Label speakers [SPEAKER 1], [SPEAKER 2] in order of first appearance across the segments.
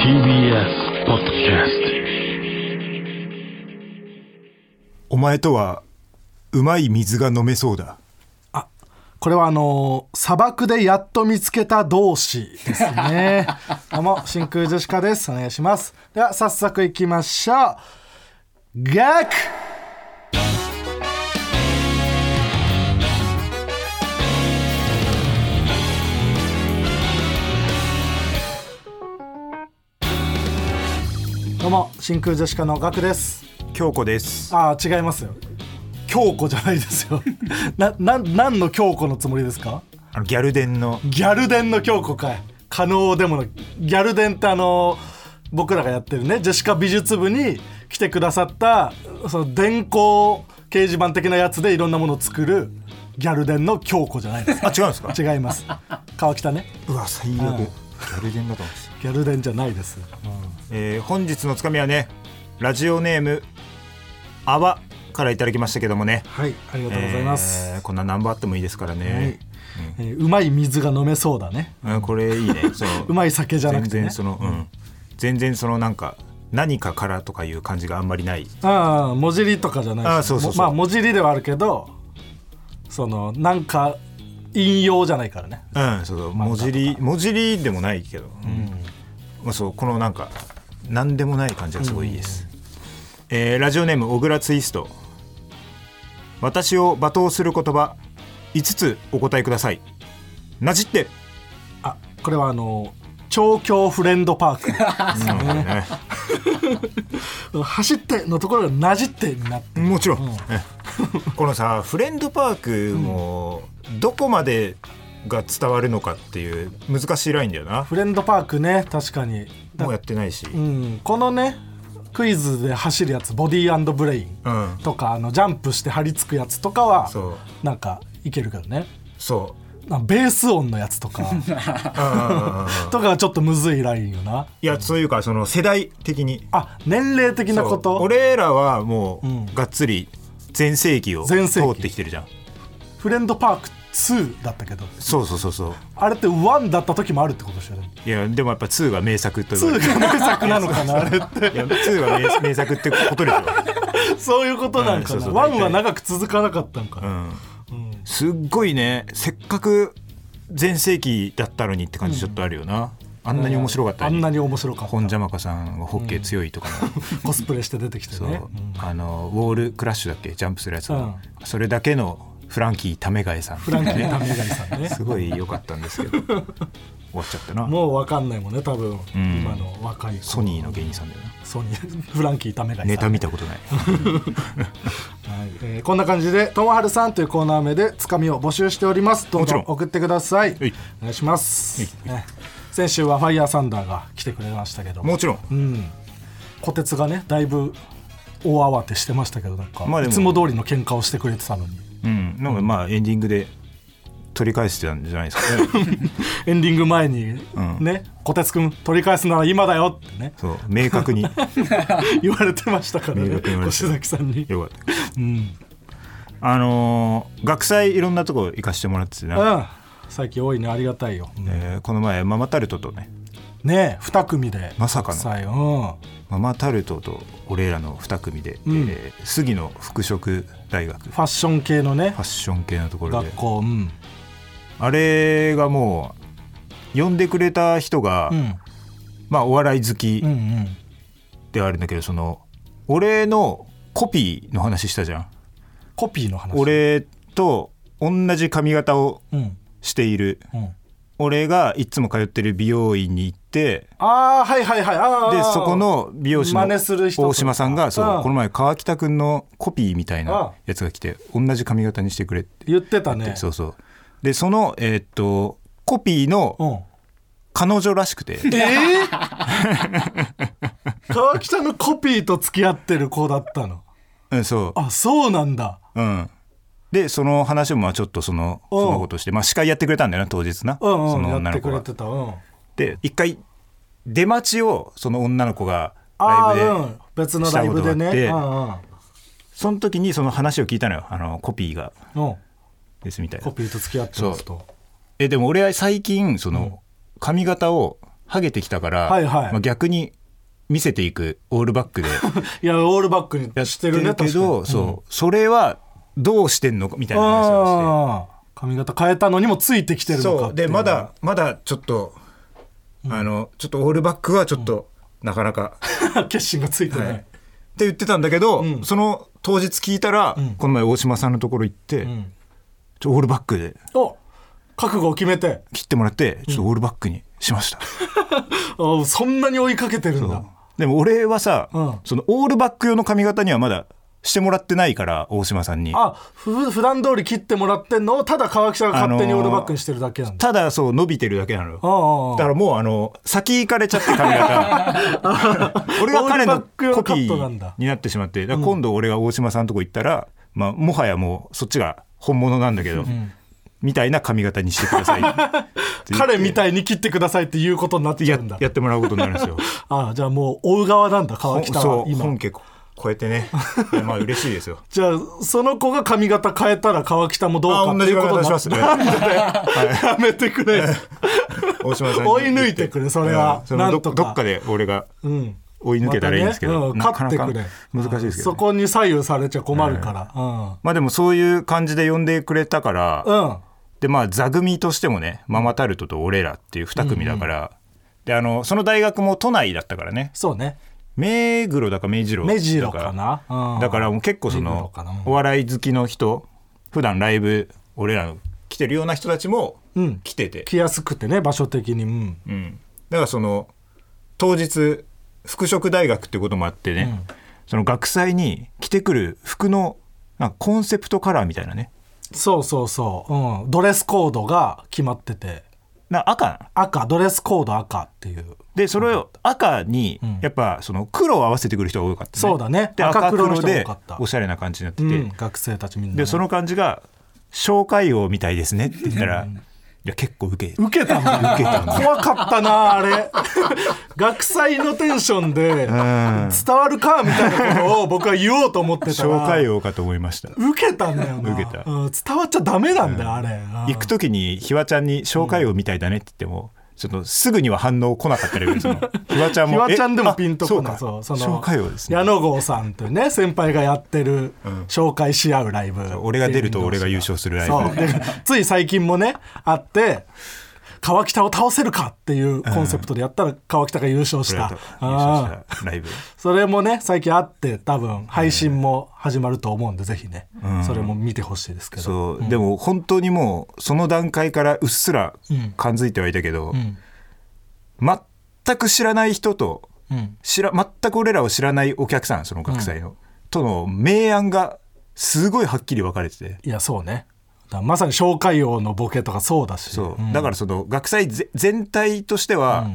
[SPEAKER 1] TBS ポッドキャス
[SPEAKER 2] お前とはうまい水が飲めそうだ
[SPEAKER 3] あこれはあのー砂漠でやっと見つけた同士ですねどうも真空ジェシカですお願いしますでは早速いきましょうガクどうも真空ジェシカのガクです
[SPEAKER 2] 京子です
[SPEAKER 3] ああ違いますよ強子じゃないですよ なな何の強子のつもりですか
[SPEAKER 2] あのギャル伝の
[SPEAKER 3] ギャル伝の強子かい可能でものギャル伝ってあの僕らがやってるねジェシカ美術部に来てくださったその電光掲示板的なやつでいろんなものを作るギャル伝の強子じゃないです
[SPEAKER 2] あ違うんですか
[SPEAKER 3] 違います川北ね
[SPEAKER 2] うわ最悪
[SPEAKER 3] うん
[SPEAKER 2] ギャル伝だと思ってた
[SPEAKER 3] ギャル伝じゃないです
[SPEAKER 2] えー本日のつかみはねラジオネームあわからいただきましたけどもね
[SPEAKER 3] はいありがとうございます、
[SPEAKER 2] えーこんな何番あってもいいですから
[SPEAKER 3] はい
[SPEAKER 2] ね、
[SPEAKER 3] えーうまい水が飲めそうだね
[SPEAKER 2] うんこれいいねそう
[SPEAKER 3] うまい酒じゃなくて
[SPEAKER 2] 全
[SPEAKER 3] ね
[SPEAKER 2] 然その、うん、全然そのなんか何かからとかいう感じがあんまりない
[SPEAKER 3] ああ文字入りとかじゃないし
[SPEAKER 2] あーそうそうそう
[SPEAKER 3] もまあ文字入りではあるけどそのなんか引用じゃないからね
[SPEAKER 2] うんそうそう文字り文字りでもないけど、うんまあ、そうこのなんか何でもない感じがすごいいいです、えーラジオネーム小倉ツイスト私を罵倒する言葉5つお答えくださいなじって、
[SPEAKER 3] あこれはあの調教フレンドパー
[SPEAKER 2] うんね
[SPEAKER 3] ク走ってのところがなじってになって
[SPEAKER 2] もちろん、ねこのさフレンドパークもどこまでが伝わるのかっていう難しいラインだよな
[SPEAKER 3] フレンドパークね確かにだ
[SPEAKER 2] もうやってないし、う
[SPEAKER 3] うんん、このねクイズで走るやつボディブレインとかあのジャンプして張り付くやつとかは
[SPEAKER 2] そう
[SPEAKER 3] なんかいけるけどね
[SPEAKER 2] そう
[SPEAKER 3] あベース音のやつ とか
[SPEAKER 2] あー
[SPEAKER 3] とかはちょっとむずいラインよない
[SPEAKER 2] やそういうかその世代的に
[SPEAKER 3] あ年齢的なこと
[SPEAKER 2] そう俺らはも
[SPEAKER 3] う
[SPEAKER 2] う
[SPEAKER 3] ん
[SPEAKER 2] がっつり全盛期を通
[SPEAKER 3] 全盛期
[SPEAKER 2] ってきてるじゃん
[SPEAKER 3] フレンドパーク2だったけど
[SPEAKER 2] そうそうそうそう
[SPEAKER 3] あれって1だった時もあるってことでしょ
[SPEAKER 2] いやでもやっぱ2が名作と言われて
[SPEAKER 3] 2が名作なのかなあれって
[SPEAKER 2] いや2が名 名作ってことでしょ、
[SPEAKER 3] そういうことなんか
[SPEAKER 2] うんそう
[SPEAKER 3] な
[SPEAKER 2] そう
[SPEAKER 3] 1は長く続かなかったんか
[SPEAKER 2] う、
[SPEAKER 3] なん
[SPEAKER 2] すっごいねせっかく全盛期だったのにって感じちょっとあるよな、あんなに面白かった
[SPEAKER 3] あ
[SPEAKER 2] の
[SPEAKER 3] ん
[SPEAKER 2] に
[SPEAKER 3] なに面白かった
[SPEAKER 2] 本邪魔かさんがホッケー強いとか の、
[SPEAKER 3] コスプレして出てきて
[SPEAKER 2] そう
[SPEAKER 3] ね
[SPEAKER 2] あのウォールクラッシュだっけジャンプするやつの、それだけのフランキー為替さん
[SPEAKER 3] フランキータメガイさんね
[SPEAKER 2] すごい良かったんですけ ど終わっちゃったな
[SPEAKER 3] もう分かんないもんね多分
[SPEAKER 2] ん
[SPEAKER 3] 今の若い子
[SPEAKER 2] ソニーの芸人さんだよな
[SPEAKER 3] ソニー フランキータメガイ
[SPEAKER 2] ネ
[SPEAKER 3] さ
[SPEAKER 2] タ
[SPEAKER 3] ん
[SPEAKER 2] 見たことない
[SPEAKER 3] はいえーこんな感じで「ともはるさん」というコーナー名でつかみを募集しておりますどん
[SPEAKER 2] もち
[SPEAKER 3] ど
[SPEAKER 2] ろ
[SPEAKER 3] ん
[SPEAKER 2] ん
[SPEAKER 3] 送ってください
[SPEAKER 2] はい
[SPEAKER 3] お願いします
[SPEAKER 2] は、
[SPEAKER 3] ね先週はファイヤーサンダーが来てくれましたけど
[SPEAKER 2] もちろん
[SPEAKER 3] うん、小鉄がねだいぶ大慌てしてましたけどなんか、
[SPEAKER 2] まあで
[SPEAKER 3] い
[SPEAKER 2] も
[SPEAKER 3] つも通りの喧嘩をしてくれてたのに
[SPEAKER 2] うんなんかまあエンディングで取り返してたんじゃないですかね
[SPEAKER 3] エンディング前に、
[SPEAKER 2] ん
[SPEAKER 3] ね小鉄くん取り返すなら今だよってね
[SPEAKER 2] そう明確によかっ
[SPEAKER 3] 言われてましたから
[SPEAKER 2] 迷
[SPEAKER 3] ね
[SPEAKER 2] 惑言われて
[SPEAKER 3] 越崎さんに、
[SPEAKER 2] た
[SPEAKER 3] うん
[SPEAKER 2] あのー学祭いろんなとこ行かしてもらってて
[SPEAKER 3] う
[SPEAKER 2] な、
[SPEAKER 3] ん、最近多いねありがたいよ、
[SPEAKER 2] えーこの前ママタルトとね
[SPEAKER 3] ねえ2組で
[SPEAKER 2] まさかの
[SPEAKER 3] 最後
[SPEAKER 2] ママタルトと俺らの2組で、
[SPEAKER 3] うん
[SPEAKER 2] えー杉野服飾大学フ
[SPEAKER 3] ファッション系のね
[SPEAKER 2] ァッション系のところで
[SPEAKER 3] 学校うん、
[SPEAKER 2] あれがもう呼んでくれた人が、
[SPEAKER 3] うん、
[SPEAKER 2] まあお笑い好き、
[SPEAKER 3] うんうん
[SPEAKER 2] ではあるんだけどその俺のコピーの話したじゃん
[SPEAKER 3] コピーの話、
[SPEAKER 2] 俺と同じ髪型を
[SPEAKER 3] うん
[SPEAKER 2] している
[SPEAKER 3] うん、
[SPEAKER 2] 俺がいつも通ってる美容院に行って
[SPEAKER 3] ああはいはいはいあー
[SPEAKER 2] でそこの美容師の
[SPEAKER 3] 真似する人とか
[SPEAKER 2] 大島さんがそううんこの前川北君のコピーみたい
[SPEAKER 3] あ
[SPEAKER 2] なやつが来て同じ髪型にしてくれって
[SPEAKER 3] 言ってたね
[SPEAKER 2] そうそうでそのえーっとコピーの
[SPEAKER 3] うん
[SPEAKER 2] 彼女らしくて
[SPEAKER 3] えー川北のコピーと付き合ってる子だったの
[SPEAKER 2] うんそ
[SPEAKER 3] あそうなんだ
[SPEAKER 2] ううんでその話もまあちょっとその
[SPEAKER 3] うん
[SPEAKER 2] そのことしてまあ司会やってくれたんだよな当日な
[SPEAKER 3] うん
[SPEAKER 2] そ
[SPEAKER 3] うん
[SPEAKER 2] の
[SPEAKER 3] や
[SPEAKER 2] 女
[SPEAKER 3] っ
[SPEAKER 2] の
[SPEAKER 3] て
[SPEAKER 2] 子
[SPEAKER 3] く
[SPEAKER 2] が
[SPEAKER 3] れてたうん
[SPEAKER 2] で一回出待ちをその女の子が
[SPEAKER 3] あ
[SPEAKER 2] ライ
[SPEAKER 3] あ
[SPEAKER 2] ブで、
[SPEAKER 3] うん別のライブでね
[SPEAKER 2] したこと
[SPEAKER 3] うん
[SPEAKER 2] その時にその話を聞いたのよあのコピーが
[SPEAKER 3] うんうん
[SPEAKER 2] ですみたい
[SPEAKER 3] コ
[SPEAKER 2] な
[SPEAKER 3] ピーと付き合ってますと
[SPEAKER 2] えでも俺は最近その髪型をハゲてきたから、
[SPEAKER 3] はいはい
[SPEAKER 2] まあ、逆に見せていくオールバックで
[SPEAKER 3] いやオールバックに
[SPEAKER 2] やっ
[SPEAKER 3] しててるね
[SPEAKER 2] るけ
[SPEAKER 3] 確かに
[SPEAKER 2] ど、そうそれはどうしてんのかみたいな話を
[SPEAKER 3] ああ髪型変えたのにもついてきて
[SPEAKER 2] し
[SPEAKER 3] る
[SPEAKER 2] て
[SPEAKER 3] のか
[SPEAKER 2] そ
[SPEAKER 3] っ
[SPEAKER 2] う
[SPEAKER 3] てい
[SPEAKER 2] でまだまだちょっと、あのちょっとオールバックはちょっと、なかなか、
[SPEAKER 3] 決心がついてない、
[SPEAKER 2] はいって言ってたんだけど、
[SPEAKER 3] ん
[SPEAKER 2] その当日聞いたら、この前大島さんのところ行って、
[SPEAKER 3] ん
[SPEAKER 2] ちょオールバックで
[SPEAKER 3] お覚悟を決めて
[SPEAKER 2] 切ってもらってちょっとオールバックにしました。
[SPEAKER 3] あそんなに追いかけてるんだ
[SPEAKER 2] でも俺はさ、
[SPEAKER 3] うん
[SPEAKER 2] そのオールバック用の髪型にはまだしてもらってないから大島さんに
[SPEAKER 3] あふ普段通り切ってもらってんのをただ川北が勝手に
[SPEAKER 2] あの
[SPEAKER 3] オ
[SPEAKER 2] ー
[SPEAKER 3] ールバックにしてるだけなんだ、
[SPEAKER 2] ただそう伸びてるだけなのよ
[SPEAKER 3] ああ
[SPEAKER 2] だからもうあの先行かれちゃって髪型 俺が彼のコピ
[SPEAKER 3] オールバック用カットなん
[SPEAKER 2] ー
[SPEAKER 3] だ
[SPEAKER 2] になってしまってだから今度俺が大島さんのとこ行ったら、まあ、もはやもうそっちが本物なんだけど、みたいな髪型にしてくださ い
[SPEAKER 3] 彼み
[SPEAKER 2] い
[SPEAKER 3] たいに切ってくださいっていうことになっちゃ
[SPEAKER 2] や
[SPEAKER 3] うんだ
[SPEAKER 2] やってもらうことになるんですよ
[SPEAKER 3] ああじゃあもう追う側なんだ川北
[SPEAKER 2] そう
[SPEAKER 3] は今
[SPEAKER 2] 本家超えて ねいやまあ嬉しいですよ
[SPEAKER 3] じゃあその子が髪型変えたら川北もどうか
[SPEAKER 2] あ
[SPEAKER 3] って
[SPEAKER 2] 同
[SPEAKER 3] い
[SPEAKER 2] じ
[SPEAKER 3] うこと
[SPEAKER 2] こと
[SPEAKER 3] に
[SPEAKER 2] し
[SPEAKER 3] な
[SPEAKER 2] ま
[SPEAKER 3] っ
[SPEAKER 2] す
[SPEAKER 3] て
[SPEAKER 2] ね
[SPEAKER 3] やめてくれ
[SPEAKER 2] 大島さんに
[SPEAKER 3] 追い抜いてくれそれは
[SPEAKER 2] うんそのど
[SPEAKER 3] なんとか
[SPEAKER 2] どっかで俺が
[SPEAKER 3] うん
[SPEAKER 2] 追い抜けたらいいんですけど、
[SPEAKER 3] またねうん、
[SPEAKER 2] なか
[SPEAKER 3] 勝
[SPEAKER 2] な
[SPEAKER 3] って
[SPEAKER 2] か
[SPEAKER 3] くれ
[SPEAKER 2] 難しいですけど
[SPEAKER 3] そ
[SPEAKER 2] ね、
[SPEAKER 3] こに左右されちゃ困るから、
[SPEAKER 2] まあでもそういう感じで呼んでくれたから、
[SPEAKER 3] うん、うん、
[SPEAKER 2] でまあ座組としてもねママタルトと俺らっていう2組だから、であのその大学も都内だったからね
[SPEAKER 3] そうね
[SPEAKER 2] 目黒だか目白だか
[SPEAKER 3] 目白かなうん
[SPEAKER 2] だからもう結構そ
[SPEAKER 3] 目黒
[SPEAKER 2] の
[SPEAKER 3] かなうん
[SPEAKER 2] お笑い好きの人普段ライブ俺らの来てるような人たちも
[SPEAKER 3] うん
[SPEAKER 2] 来てて、
[SPEAKER 3] 来やすくてね場所的にうん
[SPEAKER 2] うん、だからその当日服飾大学ってこともあってね、その学祭に着てくる服のなんかコンセプトカラーみたいなね
[SPEAKER 3] そうそうそう、うん、ドレスコードが決まってて
[SPEAKER 2] な赤なの
[SPEAKER 3] 赤ドレスコード赤っていう
[SPEAKER 2] でそれを赤に
[SPEAKER 3] ん
[SPEAKER 2] やっぱその黒を合わせてくる人が多かった、ね、
[SPEAKER 3] そうだね
[SPEAKER 2] で
[SPEAKER 3] 赤
[SPEAKER 2] 赤
[SPEAKER 3] 黒の
[SPEAKER 2] 黒
[SPEAKER 3] 人が多
[SPEAKER 2] で
[SPEAKER 3] かった
[SPEAKER 2] おしゃれな感じになって
[SPEAKER 3] う
[SPEAKER 2] て、
[SPEAKER 3] ん学生たちみんなね、
[SPEAKER 2] でその感じが「紹介王みたいですね」って言ったら「いや結構ウケ
[SPEAKER 3] 受けたんだ
[SPEAKER 2] 受けたんだ
[SPEAKER 3] 怖かったなあれ 学祭のテンションで伝わるかみたいなことを僕は言おうと思ってたら
[SPEAKER 2] 紹介王かと思いました」
[SPEAKER 3] 受けたんだよな
[SPEAKER 2] 受けた
[SPEAKER 3] うん伝わっちゃダメなんだよ、あれうん
[SPEAKER 2] 行く時にひわちゃんに「紹介王みたいだね」って言っても、ちょっとすぐには反応来なかったりするのひわちゃんも
[SPEAKER 3] ひわちゃんで
[SPEAKER 2] え
[SPEAKER 3] も
[SPEAKER 2] あ
[SPEAKER 3] ピンとこない
[SPEAKER 2] そうか
[SPEAKER 3] そう
[SPEAKER 2] 紹介王です
[SPEAKER 3] 矢
[SPEAKER 2] ね
[SPEAKER 3] 野郷さんというね先輩がやってる紹介し合うライブ、
[SPEAKER 2] 俺が出ると俺が優勝するライブ
[SPEAKER 3] そうでつい最近もねあって川北を倒せるかっていうコンセプトでやったら川北が優勝し
[SPEAKER 2] 俺
[SPEAKER 3] た,、
[SPEAKER 2] だ
[SPEAKER 3] うん
[SPEAKER 2] と優勝したライブ
[SPEAKER 3] それもね最近あって多分配信も始まると思うんでぜひね、それも見てほしいですけど
[SPEAKER 2] そう、でも本当にもうその段階からうっすら
[SPEAKER 3] ん
[SPEAKER 2] 感づいてはいたけど、
[SPEAKER 3] ん
[SPEAKER 2] 全く知らない人と
[SPEAKER 3] うん
[SPEAKER 2] 知ら全く俺らを知らないお客さんその学祭の、との明暗がすごいはっきり分かれてて
[SPEAKER 3] いやそうねだからまさに紹介王のボケとかそうだし
[SPEAKER 2] そう、だからその学祭ぜ全体としては、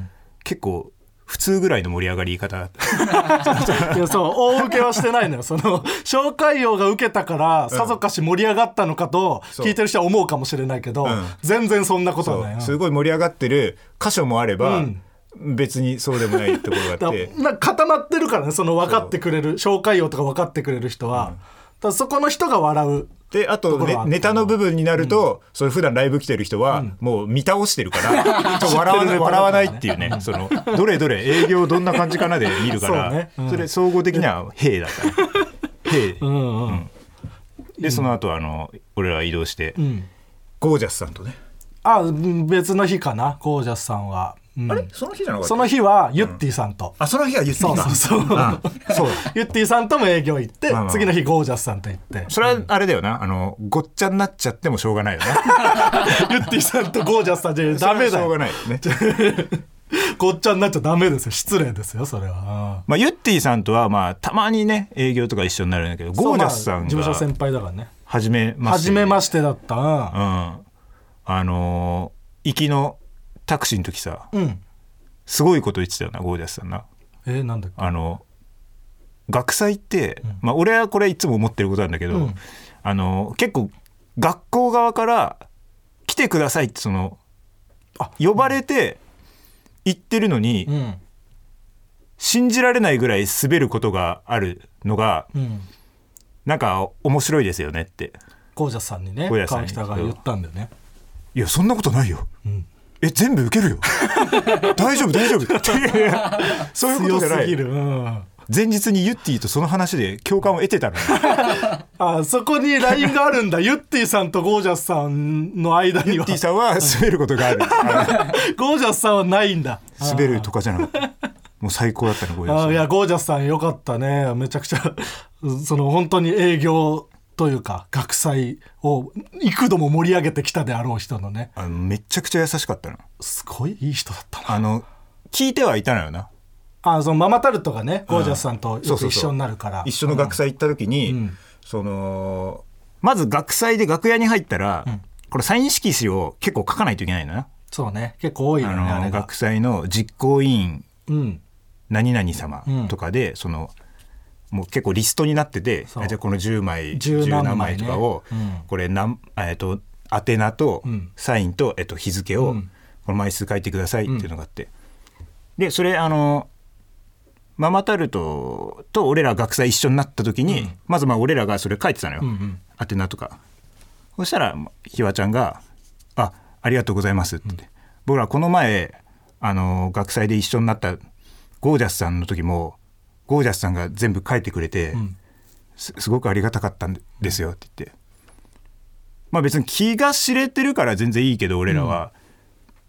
[SPEAKER 2] 結構普通ぐらいの盛り上がり方だった
[SPEAKER 3] いやそう大受けはしてないのよその紹介王が受けたからさぞかし盛り上がったのかと
[SPEAKER 2] そう
[SPEAKER 3] 聞いてる人は思うかもしれないけど、
[SPEAKER 2] ん
[SPEAKER 3] 全然そんなことはない
[SPEAKER 2] そう
[SPEAKER 3] な
[SPEAKER 2] すごい盛り上がってる箇所もあれば、
[SPEAKER 3] うん
[SPEAKER 2] 別にそうでもないところがあっ
[SPEAKER 3] だか
[SPEAKER 2] て
[SPEAKER 3] らなんか固まってるからねその分かってくれる紹介王とか分かってくれる人は、だからそこの人が笑う
[SPEAKER 2] であと
[SPEAKER 3] ころ
[SPEAKER 2] ね
[SPEAKER 3] はあった
[SPEAKER 2] ネタの部分になると、そういう普段ライブ来てる人は、もう見倒してるから ちょっと笑わ
[SPEAKER 3] 知って
[SPEAKER 2] ない
[SPEAKER 3] る
[SPEAKER 2] 笑わないっていうねそのどれどれ営業どんな感じかなで見るから
[SPEAKER 3] そ
[SPEAKER 2] そ,、
[SPEAKER 3] うねうん
[SPEAKER 2] れ総合的には「へえ」だったね 「へえ」
[SPEAKER 3] うんうん、
[SPEAKER 2] でその後あの俺ら移動して、
[SPEAKER 3] ん
[SPEAKER 2] ゴージャスさんとね、
[SPEAKER 3] あうん別の日かなゴージャスさんは、うん
[SPEAKER 2] あれその日じゃなかった
[SPEAKER 3] その日はユッティさんと、
[SPEAKER 2] あその日は言ってた
[SPEAKER 3] そうそうそう
[SPEAKER 2] あそうだ
[SPEAKER 3] ユッティさんとも営業行って、
[SPEAKER 2] まあまあ
[SPEAKER 3] 次の日ゴージャスさんと行って
[SPEAKER 2] それはあれだよなあのごっちゃになっちゃってもしょうがないよな
[SPEAKER 3] ユッティさんとゴージャスさんじゃ ダメ
[SPEAKER 2] それは
[SPEAKER 3] だ
[SPEAKER 2] しょう
[SPEAKER 3] よ
[SPEAKER 2] がないよね
[SPEAKER 3] ごっちゃになっちゃダメですよ失礼ですよそれは
[SPEAKER 2] まあ、ゆってぃさんとは、まあ、たまにね営業とか一緒になるんだけどゴージャスさん
[SPEAKER 3] そうまあ事務所
[SPEAKER 2] が
[SPEAKER 3] 先輩だからね
[SPEAKER 2] 初めまして
[SPEAKER 3] 初
[SPEAKER 2] で
[SPEAKER 3] めましてだった
[SPEAKER 2] う
[SPEAKER 3] なん
[SPEAKER 2] あのー行きのタクシーの時さ
[SPEAKER 3] うん
[SPEAKER 2] すごいこと言ってたよなゴージャスさんな
[SPEAKER 3] えなんだっけ
[SPEAKER 2] あの学祭って、まあ、俺はこれいつも思ってることなんだけど、
[SPEAKER 3] うん
[SPEAKER 2] あの結構学校側から「来てください」ってそのあ呼ばれて行ってるのに、
[SPEAKER 3] うん
[SPEAKER 2] 信じられないぐらい滑ることがあるのが
[SPEAKER 3] うん
[SPEAKER 2] なんか面白いですよねって
[SPEAKER 3] ゴージャスさんにね
[SPEAKER 2] ゴージャスさんに
[SPEAKER 3] 川北が言ったんだよね
[SPEAKER 2] いやそんなことないよ、
[SPEAKER 3] ん
[SPEAKER 2] え全部受 けるよ大丈夫大丈夫っていうそういうこと
[SPEAKER 3] 強
[SPEAKER 2] じゃな
[SPEAKER 3] すぎ
[SPEAKER 2] い
[SPEAKER 3] る、うん、あ
[SPEAKER 2] 前日にユッティとその話で共感を得て たのに
[SPEAKER 3] そこにラインがあるんだユッティさんとゴージャスさんの間に
[SPEAKER 2] ユ
[SPEAKER 3] は
[SPEAKER 2] ッティさんは滑ることがある
[SPEAKER 3] ゴージャスさんはないんだ
[SPEAKER 2] 滑るとかじゃなくてもう最高だったのごめんな
[SPEAKER 3] あ
[SPEAKER 2] さ
[SPEAKER 3] ーい
[SPEAKER 2] い
[SPEAKER 3] やゴージャスさんよかったねめちゃくちゃその本当に営業というか学祭を幾度も盛り上げてきたであろう人のね
[SPEAKER 2] あのめっちゃくちゃ優しかったの
[SPEAKER 3] すごいいい人だったな
[SPEAKER 2] あの聞いてはいたのよな
[SPEAKER 3] あーそのママタルトがねゴージャスさんと
[SPEAKER 2] そ
[SPEAKER 3] よ
[SPEAKER 2] う
[SPEAKER 3] く
[SPEAKER 2] そう
[SPEAKER 3] 一
[SPEAKER 2] そう
[SPEAKER 3] 緒になるから
[SPEAKER 2] 一緒の学祭行った時に、そのまず学祭で楽屋に入ったら、これサイン色紙を結構書かないといけないのよ
[SPEAKER 3] そうね結構多いよね
[SPEAKER 2] な、
[SPEAKER 3] あ
[SPEAKER 2] あの
[SPEAKER 3] れが
[SPEAKER 2] 学祭の実行委員
[SPEAKER 3] うん
[SPEAKER 2] 何々様とかで、そのもう結構リストになってて
[SPEAKER 3] そう
[SPEAKER 2] あじゃあこの10枚
[SPEAKER 3] 10
[SPEAKER 2] 10
[SPEAKER 3] 何
[SPEAKER 2] 何
[SPEAKER 3] 枚ね
[SPEAKER 2] 枚とかを、
[SPEAKER 3] うん
[SPEAKER 2] これなん、えっと宛名と
[SPEAKER 3] ん
[SPEAKER 2] サインと、えっと日付を、
[SPEAKER 3] うん
[SPEAKER 2] この枚数書いてくださいっていうのがあって、でそれあのママタルトと俺ら学祭一緒になった時に、まずまあ俺らがそれ書いてたのよ、
[SPEAKER 3] ん
[SPEAKER 2] 宛名とかそしたらひわちゃんが「あありがとうございます」って言って、僕らこの前あの学祭で一緒になったゴージャスさんの時もゴージャスさんが全部書いてくれて、すすごくありがたかったんですよって言ってまあ別に気が知れてるから全然いいけど俺らは、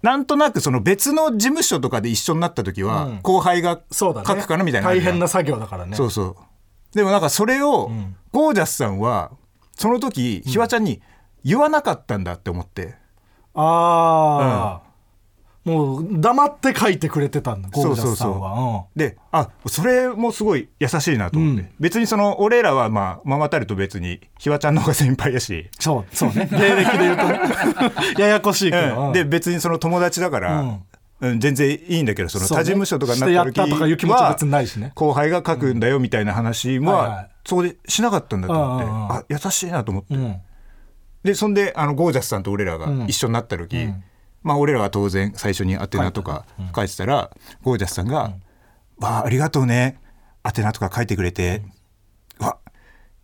[SPEAKER 2] なんとなくその別の事務所とかで一緒になった時は、
[SPEAKER 3] うん
[SPEAKER 2] 後輩が書
[SPEAKER 3] そうだね
[SPEAKER 2] くかなみたいなのある
[SPEAKER 3] 大
[SPEAKER 2] じゃん
[SPEAKER 3] 変な作業だからね
[SPEAKER 2] そうそうでもなんかそれを、ゴージャスさんはその時ひわちゃんに言わなかったんだって思って、
[SPEAKER 3] ああ、もう黙って書いてくれてたんだゴージャスさんは
[SPEAKER 2] そうであそれもすごい優しいなと思って、
[SPEAKER 3] うん
[SPEAKER 2] 別にその俺らはまあママタルと別にひわちゃんの方が先輩だし、
[SPEAKER 3] うんそうそうね芸歴で言うとね ややこしいけど、
[SPEAKER 2] うんで別にその友達だから、
[SPEAKER 3] うん
[SPEAKER 2] うん全然いいんだけどその
[SPEAKER 3] そうね
[SPEAKER 2] 他事務所とかになった
[SPEAKER 3] してやったとかいう気
[SPEAKER 2] 時
[SPEAKER 3] 持ちは
[SPEAKER 2] は
[SPEAKER 3] 別にないしね
[SPEAKER 2] 後輩が書くんだよみたいな話
[SPEAKER 3] うんはいはい
[SPEAKER 2] はそこでしなかったんだと思って、
[SPEAKER 3] うんうんうん
[SPEAKER 2] あ優しいなと思って。
[SPEAKER 3] うん
[SPEAKER 2] でそんであのゴージャスさんと俺らが
[SPEAKER 3] うん
[SPEAKER 2] 一緒になった時、まあ、俺らは当然最初に宛名とか書いてたら、ゴージャスさんが「わあありがとうね宛名とか書いてくれて、わ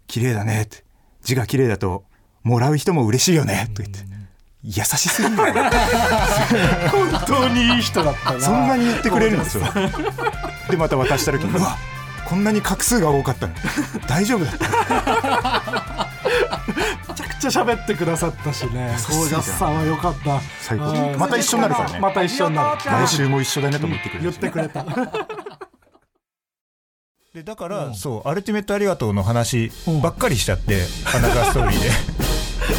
[SPEAKER 2] 綺麗だね」って「字が綺麗だともらう人も嬉しいよね」と言って、優しすぎるんだ よ
[SPEAKER 3] 本当にいい人だったな
[SPEAKER 2] そんなに言ってくれるんですよ。でまた渡した時に「うわこんなに画数が多かったの大丈夫だった
[SPEAKER 3] めちゃくちゃ喋ってくださったしね
[SPEAKER 2] しい
[SPEAKER 3] ゴージャスさんは良かった
[SPEAKER 2] 最高
[SPEAKER 3] うん
[SPEAKER 2] また一緒になるからね
[SPEAKER 3] また一緒になる
[SPEAKER 2] 来週も一緒だね」とも言ってくれる
[SPEAKER 3] 言っ
[SPEAKER 2] しね
[SPEAKER 3] てくれた
[SPEAKER 2] でだから、そう「アルティメットありがとう」の話ばっかりしちゃって「花がストーリーで」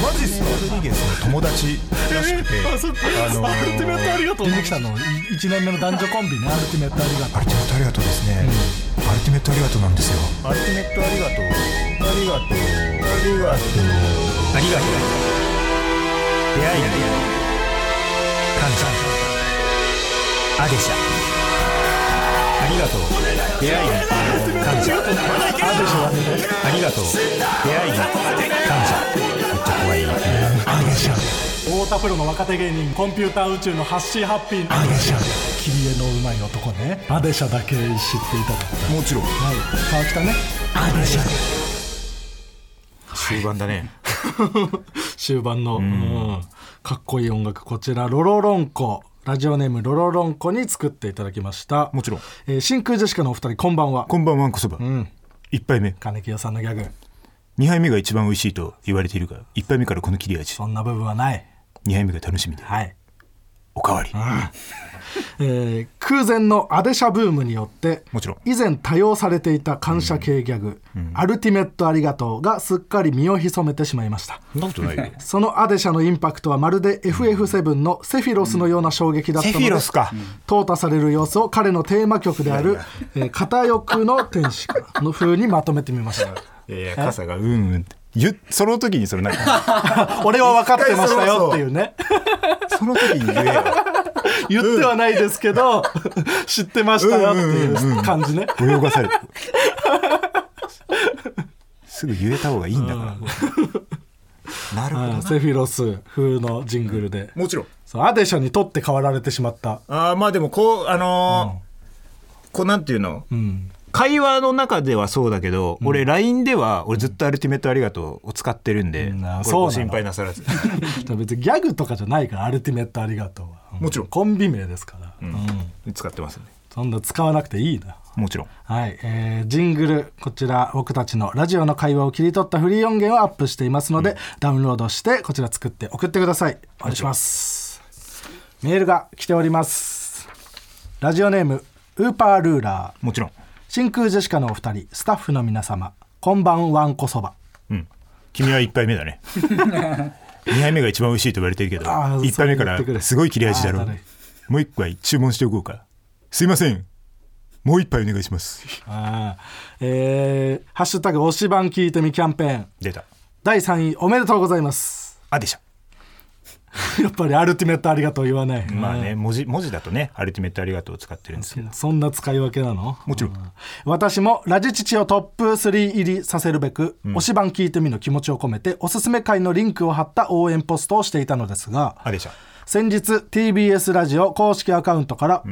[SPEAKER 2] マジっすかルニゲスの友達らしくて
[SPEAKER 3] あそっかアルティメットありがとう出てきたの1年目の男女コンビねアルティメットありがと
[SPEAKER 2] アルティメットありがとうですね、アルティメットありがとうなんですよアルティメットありがとうありがとうありがとうありがとう出会いに感謝アゲシャありがとう出会いに感謝ありがとう出会いに感謝めっちゃ怖いアゲシャ
[SPEAKER 3] う太田プロの若手芸人コンピューター宇宙のハッシーハッピーアデシャ切り絵のうまい男ねアデシャだけ知っていただい
[SPEAKER 2] もちろん
[SPEAKER 3] た川北ね
[SPEAKER 2] 終盤だね
[SPEAKER 3] 終盤の、うんかっこいい音楽こちらロロロンコラジオネームロロロンコに作っていただきました
[SPEAKER 2] もちろん、
[SPEAKER 3] えー真空ジェシカのお二人こんばんは
[SPEAKER 2] こんばんはんこそば、
[SPEAKER 3] うん
[SPEAKER 2] 1杯目
[SPEAKER 3] 金清さんのギャグ
[SPEAKER 2] 2杯目が一番美味しいと言われているが1杯目からこの切れ味
[SPEAKER 3] そんな部分はない
[SPEAKER 2] 2杯目が楽しみで
[SPEAKER 3] はい、
[SPEAKER 2] おかわり
[SPEAKER 3] えー空前のアデシャブームによって
[SPEAKER 2] もちろん
[SPEAKER 3] 以前多用されていた感謝系ギャグ「アルティメットありがとう」がすっかり身を潜めてしまいました
[SPEAKER 2] そんなことないよ
[SPEAKER 3] そのアデシャのインパクトはまるで FF7 のセフィロスのような衝撃だったので、
[SPEAKER 2] セフィロスか
[SPEAKER 3] 淘汰される様子を彼のテーマ曲である「えー片翼の天使」かの風にまとめてみました
[SPEAKER 2] いやいや傘がうんうんって言っその時にそれ なんか
[SPEAKER 3] 俺は分かってましたよっていうね
[SPEAKER 2] その時に言えよ
[SPEAKER 3] 言ってはないですけど 知ってましたよっていう感じね
[SPEAKER 2] 泳がされるすぐ言えた方がいいんだからなるほど
[SPEAKER 3] うん
[SPEAKER 2] な
[SPEAKER 3] セフィロス風のジングルで
[SPEAKER 2] もちろん
[SPEAKER 3] そうアデシャに取って代わられてしまった
[SPEAKER 2] あーまあでもこうあのーこうなんていうの
[SPEAKER 3] うん
[SPEAKER 2] 会話の中ではそうだけど、俺 LINE では俺ずっと「アルティメットありがとう」を使ってるんで、
[SPEAKER 3] うん
[SPEAKER 2] これ
[SPEAKER 3] そうなの
[SPEAKER 2] ご心配なさらず
[SPEAKER 3] 別にギャグとかじゃないからアルティメットありがとうは
[SPEAKER 2] もちろん
[SPEAKER 3] コンビ名ですから、
[SPEAKER 2] 使ってますね
[SPEAKER 3] そんな使わなくていいな
[SPEAKER 2] もちろん
[SPEAKER 3] はい、えージングルこちら僕たちのラジオの会話を切り取ったフリー音源をアップしていますので、ダウンロードしてこちら作って送ってくださいお願いしますメールが来ておりますラジオネームウーパールーラー
[SPEAKER 2] もちろん
[SPEAKER 3] 真空ジェシカのお二人スタッフの皆様こんばんわんこそば
[SPEAKER 2] うん君は1杯目だ ね2杯目が一番美味しいと言われてるけど
[SPEAKER 3] あー
[SPEAKER 2] 1杯目か
[SPEAKER 3] そう言ってくれ
[SPEAKER 2] らすごい切れ味だろ
[SPEAKER 3] あー
[SPEAKER 2] う
[SPEAKER 3] だる
[SPEAKER 2] もう1杯注文しておこうかすいませんもう1杯お願いします
[SPEAKER 3] あーえーハッシュタグ推し版聞いてみキャンペーン
[SPEAKER 2] 出た
[SPEAKER 3] 第3位おめでとうございます
[SPEAKER 2] あでしょ
[SPEAKER 3] やっぱりアルティメットありがとう言わない、
[SPEAKER 2] まあね文字文字だとね「アルティメットありがとう」を使ってるんですけど
[SPEAKER 3] そんな使い分けなの
[SPEAKER 2] もちろん
[SPEAKER 3] 私もラジチチをトップ3入りさせるべく、推し版聞いてみの気持ちを込めておすすめ回のリンクを貼った応援ポストをしていたのですが
[SPEAKER 2] あでしょ
[SPEAKER 3] 先日 TBS ラジオ公式アカウントから、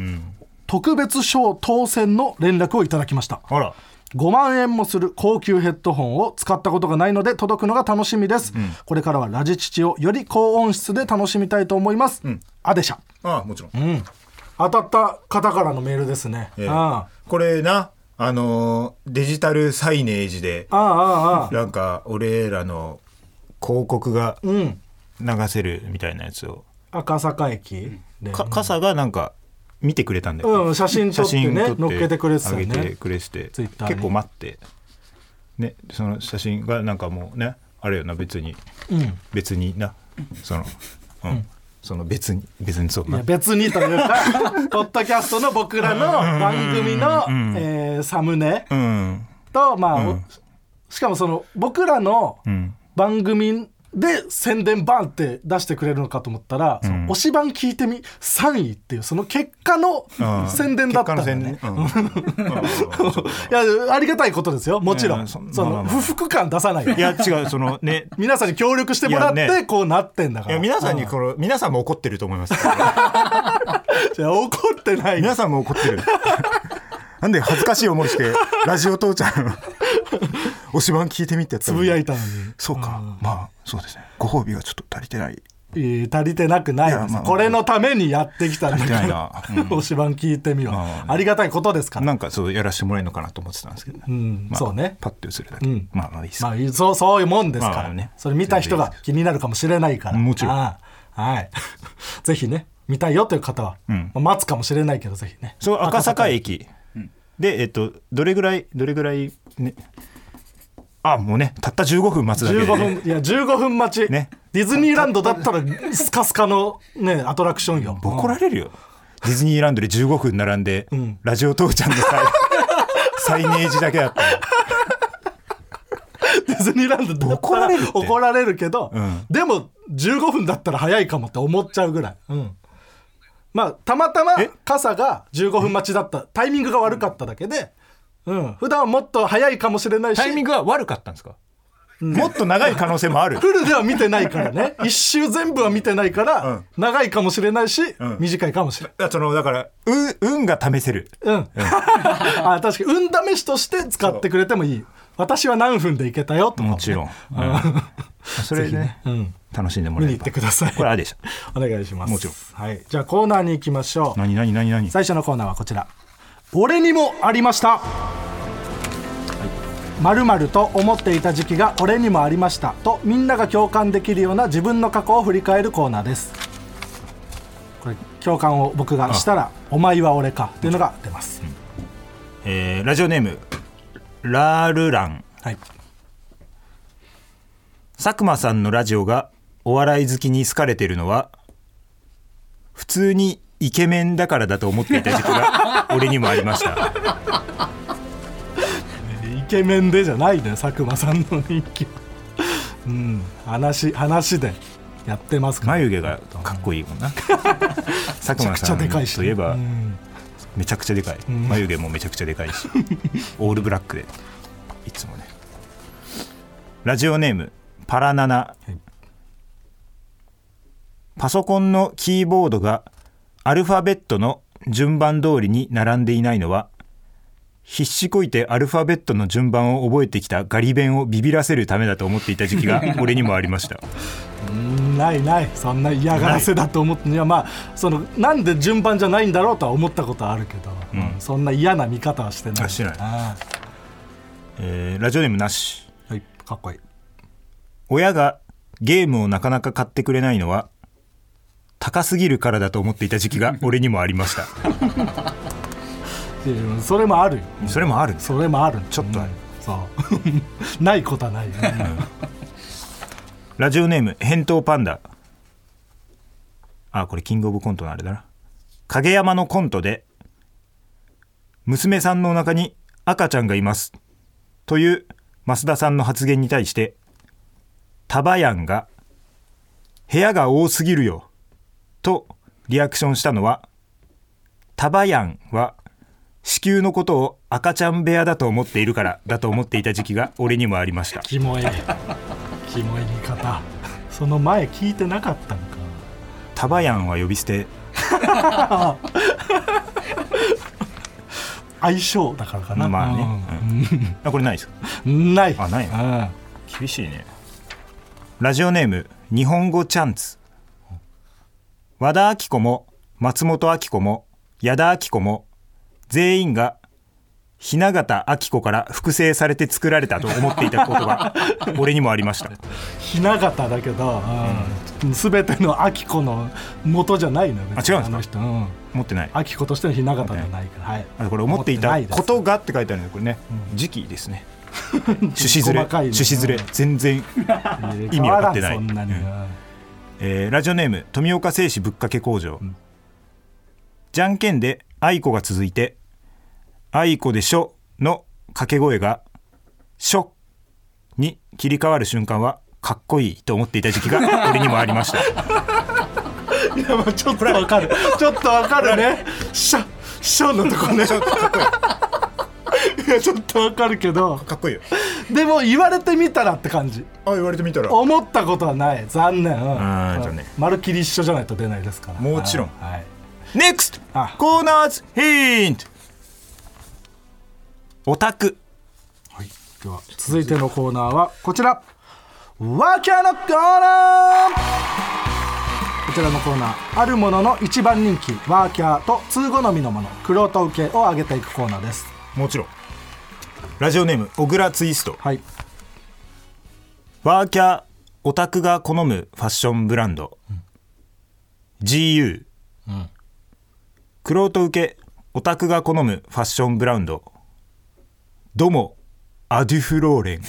[SPEAKER 3] 特別賞当選の連絡をいただきました
[SPEAKER 2] あら
[SPEAKER 3] 5万円もする高級ヘッドホンを使ったことがないので届くのが楽しみです、これからはラジチチをより高音質で楽しみたいと思います、アデシャ
[SPEAKER 2] ああもちろん
[SPEAKER 3] 当たった方からのメールですね、
[SPEAKER 2] ええ
[SPEAKER 3] あ
[SPEAKER 2] これなあのーデジタルサイネージで
[SPEAKER 3] ああああああ
[SPEAKER 2] なんか俺らの広告が
[SPEAKER 3] うん
[SPEAKER 2] 流せるみたいなやつを
[SPEAKER 3] 赤坂駅で、
[SPEAKER 2] か傘がなんか見てくれたんだよね、
[SPEAKER 3] うん、写真撮ってね
[SPEAKER 2] 写真撮
[SPEAKER 3] 乗っけてくれてたよ
[SPEAKER 2] 上げて
[SPEAKER 3] ね
[SPEAKER 2] くれてて
[SPEAKER 3] ツイッターに
[SPEAKER 2] 結構待ってねその写真がなんかもうねあれよな別に、別になそのうん、その別に別にそう
[SPEAKER 3] い
[SPEAKER 2] な
[SPEAKER 3] や別にというか ポッドキャストの僕らの番組の、えーサムネ
[SPEAKER 2] うん
[SPEAKER 3] とまあ、おしかもその僕らの
[SPEAKER 2] うん
[SPEAKER 3] 番組で宣伝バンって出してくれるのかと思ったら、その推し版聞いてみ3位っていうその結果の
[SPEAKER 2] うん
[SPEAKER 3] 宣伝だったんだよね
[SPEAKER 2] 結。果の宣伝うんうん
[SPEAKER 3] いやありがたいことですよもちろん、
[SPEAKER 2] いや
[SPEAKER 3] そ
[SPEAKER 2] そんまあ
[SPEAKER 3] の
[SPEAKER 2] まあま
[SPEAKER 3] 不
[SPEAKER 2] あ
[SPEAKER 3] 服感出さない
[SPEAKER 2] いや違うそのね
[SPEAKER 3] 皆さんに協力してもらっ
[SPEAKER 2] いや
[SPEAKER 3] て
[SPEAKER 2] ね
[SPEAKER 3] こうなってんだ
[SPEAKER 2] い
[SPEAKER 3] から、
[SPEAKER 2] や皆 さんにこの皆さんも怒ってると思いますから
[SPEAKER 3] じゃあ怒ってない
[SPEAKER 2] 皆さんも怒って るなんで恥ずかしい思いしてラジオ父ちゃん おしばん聞いてみってやつ
[SPEAKER 3] つぶやいたのに、
[SPEAKER 2] そうかまあそうですねご褒美がちょっと足りてない
[SPEAKER 3] えー足りてなくない
[SPEAKER 2] い
[SPEAKER 3] で
[SPEAKER 2] や
[SPEAKER 3] す
[SPEAKER 2] まあ
[SPEAKER 3] これのためにやってきたんだ
[SPEAKER 2] 足り
[SPEAKER 3] か
[SPEAKER 2] て
[SPEAKER 3] ら
[SPEAKER 2] ないな
[SPEAKER 3] お芝居聞いてみよう、
[SPEAKER 2] まあまあね
[SPEAKER 3] ありがたいことですから
[SPEAKER 2] なんかそうやらしてもらえるのかなと思ってたんですけどね、
[SPEAKER 3] ん
[SPEAKER 2] まあ
[SPEAKER 3] そうね
[SPEAKER 2] パッと映るだけ、
[SPEAKER 3] うん
[SPEAKER 2] まあまあいいです、
[SPEAKER 3] まあ、そうそういうもんですから、
[SPEAKER 2] まあね
[SPEAKER 3] それ見た人が気になるかもしれないから
[SPEAKER 2] もちろん
[SPEAKER 3] ああはい ぜひね見たいよという方は、
[SPEAKER 2] ん
[SPEAKER 3] まあ待つかもしれないけどぜひね
[SPEAKER 2] そう赤坂駅でえっとどれぐらいどれぐらいねあもうねたった15分待つだけで、
[SPEAKER 3] 15
[SPEAKER 2] ね、
[SPEAKER 3] 分いや15分待ち、
[SPEAKER 2] ね
[SPEAKER 3] ディズニーランドだったらスカスカのねアトラクションよ
[SPEAKER 2] 怒られるよディズニーランドで15分並んで、ラジオ父ちゃんの さサイネージだけだったの
[SPEAKER 3] ディズニーランドだった
[SPEAKER 2] 怒ら
[SPEAKER 3] ら
[SPEAKER 2] れるって
[SPEAKER 3] 怒られるけど、
[SPEAKER 2] ん
[SPEAKER 3] でも15分だったら早いかもって思っちゃうぐらい、うんまあたまたま
[SPEAKER 2] え
[SPEAKER 3] 傘が15分待ちだったタイミングが悪かっただけで、うん、普段はもっと早いかもしれないし
[SPEAKER 2] タイミングは悪かったんですか、もっと長い可能性もあ る
[SPEAKER 3] フルでは見てないから ね一周全部は見てないから、
[SPEAKER 2] うん
[SPEAKER 3] 長いかもしれないし、
[SPEAKER 2] ん
[SPEAKER 3] 短いかもしれない。
[SPEAKER 2] そのだから運運が試せる
[SPEAKER 3] うん、 あ確かに運試しとして使ってくれてもいい私は何分でいけたよとか
[SPEAKER 2] もちろん、うん それでね
[SPEAKER 3] ん
[SPEAKER 2] 楽しんでも
[SPEAKER 3] 見
[SPEAKER 2] ら
[SPEAKER 3] に
[SPEAKER 2] え
[SPEAKER 3] 行っ
[SPEAKER 2] ば
[SPEAKER 3] てください
[SPEAKER 2] これあれでした
[SPEAKER 3] お願いします
[SPEAKER 2] もちろん
[SPEAKER 3] はい、じゃあコーナーに行きましょう
[SPEAKER 2] 何何何何
[SPEAKER 3] 最初のコーナーはこちら俺にもありましたまるまると思っていた時期が俺にもありましたとみんなが共感できるような自分の過去を振り返るコーナーですこれ共感を僕がしたら「お前は俺か」っていうのが出ます、
[SPEAKER 2] えーラジオネームラールラン
[SPEAKER 3] はい
[SPEAKER 2] 佐久間さんのラジオがお笑い好きに好かれてるのは普通にイケメンだからだと思っていた時期が俺にもありました
[SPEAKER 3] イケメンでじゃないね佐久間さんの人気はうん話話でやってますから
[SPEAKER 2] 眉毛がかっこいいもん な佐久間さん
[SPEAKER 3] めちゃくちゃでかいし
[SPEAKER 2] といえば
[SPEAKER 3] うん
[SPEAKER 2] めちゃくちゃでかい眉毛もめちゃくちゃでかいしオールブラックでいつもねラジオネームパラナナ、
[SPEAKER 3] い
[SPEAKER 2] パソコンのキーボードがアルファベットの順番通りに並んでいないのは必死こいてアルファベットの順番を覚えてきたガリ弁をビビらせるためだと思っていた時期が俺にもありま した
[SPEAKER 3] ないないそんな嫌がらせだと思っていやまあそのなんで順番じゃないんだろうとは思ったことはあるけど、そんな嫌な見方はしてない
[SPEAKER 2] あしてない
[SPEAKER 3] あ
[SPEAKER 2] えーラジオネームなし
[SPEAKER 3] ーはいかっこいい
[SPEAKER 2] 親がゲームをなかなか買ってくれないのは高すぎるからだと思っていた時期が俺にもありました
[SPEAKER 3] いやでもそれもあるよ
[SPEAKER 2] それもあるんです
[SPEAKER 3] それもある
[SPEAKER 2] ちょっとある
[SPEAKER 3] そう ないことはないよね
[SPEAKER 2] ラジオネーム返答パンダあこれキングオブコントのあれだな影山のコントで娘さんのお腹に赤ちゃんがいますという増田さんの発言に対してタバヤンが部屋が多すぎるよとリアクションしたのはタバヤンは子宮のことを赤ちゃん部屋だと思っているからだと思っていた時期が俺にもありました
[SPEAKER 3] キモい キモい見方その前聞いてなかったのか
[SPEAKER 2] タバヤンは呼び捨て
[SPEAKER 3] 相性だからかな
[SPEAKER 2] まあね、うんあこれないですか
[SPEAKER 3] うんない
[SPEAKER 2] あない
[SPEAKER 3] うん
[SPEAKER 2] 厳しいねラジオネーム日本語チャンツ和田アキ子も松本明子も矢田亜希子も全員が雛形アキ子から複製されて作られたと思っていたこと が俺にもありました
[SPEAKER 3] 雛形だけど、うん、全ての明子の元じゃないのよ
[SPEAKER 2] あ違うんですか
[SPEAKER 3] あの人、うん、
[SPEAKER 2] 持ってない
[SPEAKER 3] 明子としての雛形じゃないから、はい
[SPEAKER 2] あこれ思ってい
[SPEAKER 3] 思
[SPEAKER 2] た
[SPEAKER 3] ってないです
[SPEAKER 2] ことがって書いてあるんでこれね、時期ですね趣 旨ずれ
[SPEAKER 3] 細かいね
[SPEAKER 2] 趣旨ずれ全然意味わかってない
[SPEAKER 3] 変わらんそんなに、
[SPEAKER 2] うん
[SPEAKER 3] うん
[SPEAKER 2] えーラジオネーム富岡製紙ぶっかけ工場、じゃんけんで愛子が続いて愛子でしょの掛け声がしょに切り替わる瞬間はかっこいいと思っていた時 期が俺にもありました
[SPEAKER 3] いやまあちょっとわかるちょっとわかるねシャシャのとこねいやちょっとわかるけど
[SPEAKER 2] かっこいいよ
[SPEAKER 3] でも言われてみたらって感じ
[SPEAKER 2] あ言われてみたら
[SPEAKER 3] 思ったことはない残念うん
[SPEAKER 2] あーじゃあね
[SPEAKER 3] まるっきり一緒じゃないと出ないですから
[SPEAKER 2] もちろん
[SPEAKER 3] はい
[SPEAKER 2] NEXT
[SPEAKER 3] あ
[SPEAKER 2] コーナーズヒントオタク
[SPEAKER 3] はい、では続いてのコーナーはこちらワーキャーのコーナーこちらのコーナーあるものの一番人気ワーキャーと通好みのものクロート受けを上げていくコーナーです
[SPEAKER 2] もちろんラジオネーム小倉ツイスト
[SPEAKER 3] はい
[SPEAKER 2] ワーキャーオタクが好むファッションブランド、GU、クロート受けオタクが好むファッションブランドどもアデュフロー レン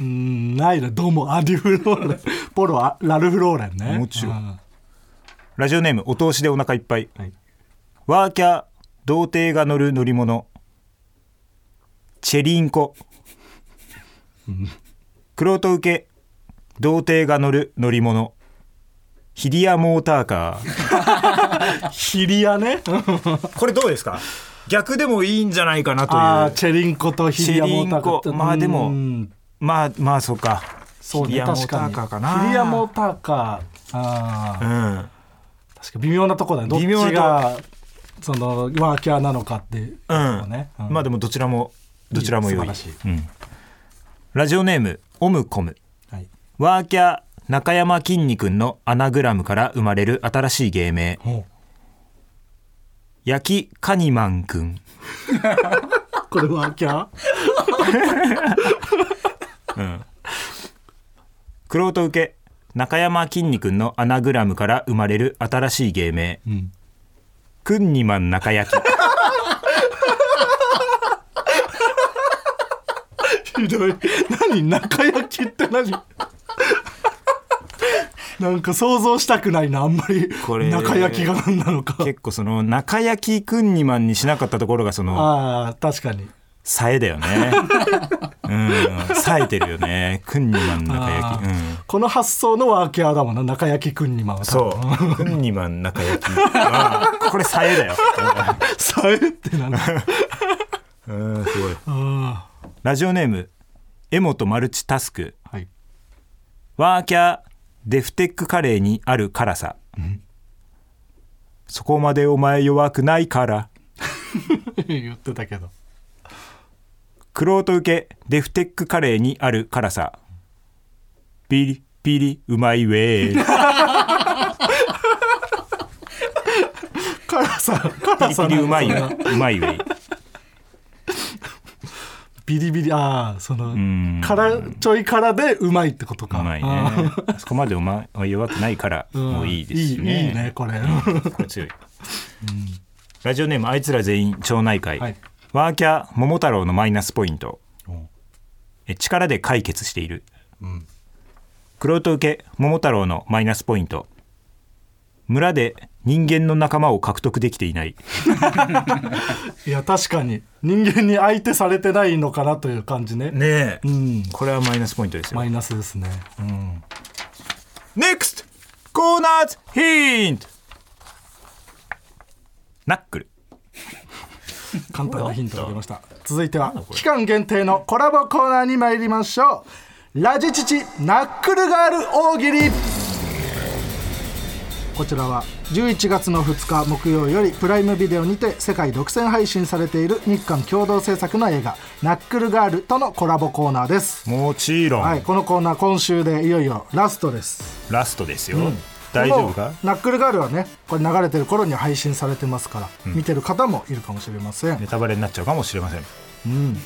[SPEAKER 3] うんないなどうもアデュフローレンポロあラルフローレンね
[SPEAKER 2] もちろん
[SPEAKER 3] うん
[SPEAKER 2] ラジオネームお通しでお腹いっぱい
[SPEAKER 3] はい、
[SPEAKER 2] ワーキャー童貞が乗る乗り物チェリンコクロート受け童貞が乗る乗り物ヒリアモーターカー
[SPEAKER 3] ヒリア ね
[SPEAKER 2] これどうですか逆でもいいんじゃないかなと
[SPEAKER 3] あー
[SPEAKER 2] いう
[SPEAKER 3] チェリンコとヒリアモーターカーっ
[SPEAKER 2] チ
[SPEAKER 3] て
[SPEAKER 2] ェリンコまあでも
[SPEAKER 3] うん
[SPEAKER 2] まあまあそうか
[SPEAKER 3] そう
[SPEAKER 2] ヒリ
[SPEAKER 3] ね
[SPEAKER 2] アモ
[SPEAKER 3] 確
[SPEAKER 2] ータ
[SPEAKER 3] か
[SPEAKER 2] ー
[SPEAKER 3] に
[SPEAKER 2] カーかな
[SPEAKER 3] ヒリアモーターカーあー
[SPEAKER 2] うん
[SPEAKER 3] 確か微妙なとこだねどっち
[SPEAKER 2] 微妙な
[SPEAKER 3] がそのワーキャーなのかっていうとこ
[SPEAKER 2] うん、
[SPEAKER 3] ね、うん
[SPEAKER 2] まあでもどちらもどちらも良い
[SPEAKER 3] いい素晴らし
[SPEAKER 2] うん、ラジオネームオムコム
[SPEAKER 3] はい、
[SPEAKER 2] ワーキャー中山きんに君のアナグラムから生まれる新しい芸名焼きカニマン君
[SPEAKER 3] これワーキャー
[SPEAKER 2] クロート受け中山きんに君のアナグラムから生まれる新しい芸名、くんにまん中 焼き
[SPEAKER 3] ひどい何中焼きって何 なんか想像したくないなあんまり
[SPEAKER 2] これ
[SPEAKER 3] 中焼きが何なのか
[SPEAKER 2] 結構その中焼きくんにまんにしなかったところがその
[SPEAKER 3] ああ確かに
[SPEAKER 2] 冴えだよ ね。うん、冴えてるよね。くんにまん中焼き。うん、
[SPEAKER 3] この発想のワーキャーだもんな中焼きくんにま は
[SPEAKER 2] そう。くんにまん中 焼き。ああこれ冴えだよ。
[SPEAKER 3] さえっ てなんだ
[SPEAKER 2] うん、すごい。
[SPEAKER 3] あ
[SPEAKER 2] ラジオネーム、エモとマルチタスク、
[SPEAKER 3] ーはい
[SPEAKER 2] ワーキャー、デフテックカレーにある辛さ。そこまでお前弱くないから
[SPEAKER 3] 言ってたけど
[SPEAKER 2] クロート受けデフテックカレーにある辛さピリピリうまいウ ェイ
[SPEAKER 3] 辛さ辛さ
[SPEAKER 2] ピリピリうまい
[SPEAKER 3] な
[SPEAKER 2] よ
[SPEAKER 3] んか
[SPEAKER 2] うまいウェイ
[SPEAKER 3] ビリビリああその
[SPEAKER 2] ん
[SPEAKER 3] 辛ちょい辛でうまいってこと
[SPEAKER 2] う
[SPEAKER 3] か
[SPEAKER 2] まいね
[SPEAKER 3] あー
[SPEAKER 2] あそこまでお前は弱くないから
[SPEAKER 3] うん
[SPEAKER 2] もういいですよね
[SPEAKER 3] いいいいねこれ
[SPEAKER 2] これ強い、ラジオネームあいつら全員町内会、
[SPEAKER 3] はい
[SPEAKER 2] ワーキャー桃太郎のマイナスポイント
[SPEAKER 3] うん
[SPEAKER 2] え力で解決している
[SPEAKER 3] うん
[SPEAKER 2] クロ受け桃太郎のマイナスポイント村で人間の仲間を獲得できていない
[SPEAKER 3] いや確かに人間に相手されてないのかなという感じね
[SPEAKER 2] ねえ
[SPEAKER 3] うん
[SPEAKER 2] これはマイナスポイントですよ
[SPEAKER 3] マイナスですね
[SPEAKER 2] NEXT コーナーズヒントナックル
[SPEAKER 3] 簡単なヒントが出ました続いては期間限定のコラボコーナーに参りましょうラジチチナックルガール大喜利こちらは11月の2日木曜よりプライムビデオにて世界独占配信されている日韓共同制作の映画「ナックルガール」とのコラボコーナーです
[SPEAKER 2] もちろん、
[SPEAKER 3] はいこのコーナー今週でいよいよラストです
[SPEAKER 2] ラストですよ、大丈夫か
[SPEAKER 3] もうナックルガールはねこれ流れてる頃には配信されてますから、見てる方もいるかもしれません
[SPEAKER 2] ネタバレになっちゃうかもしれません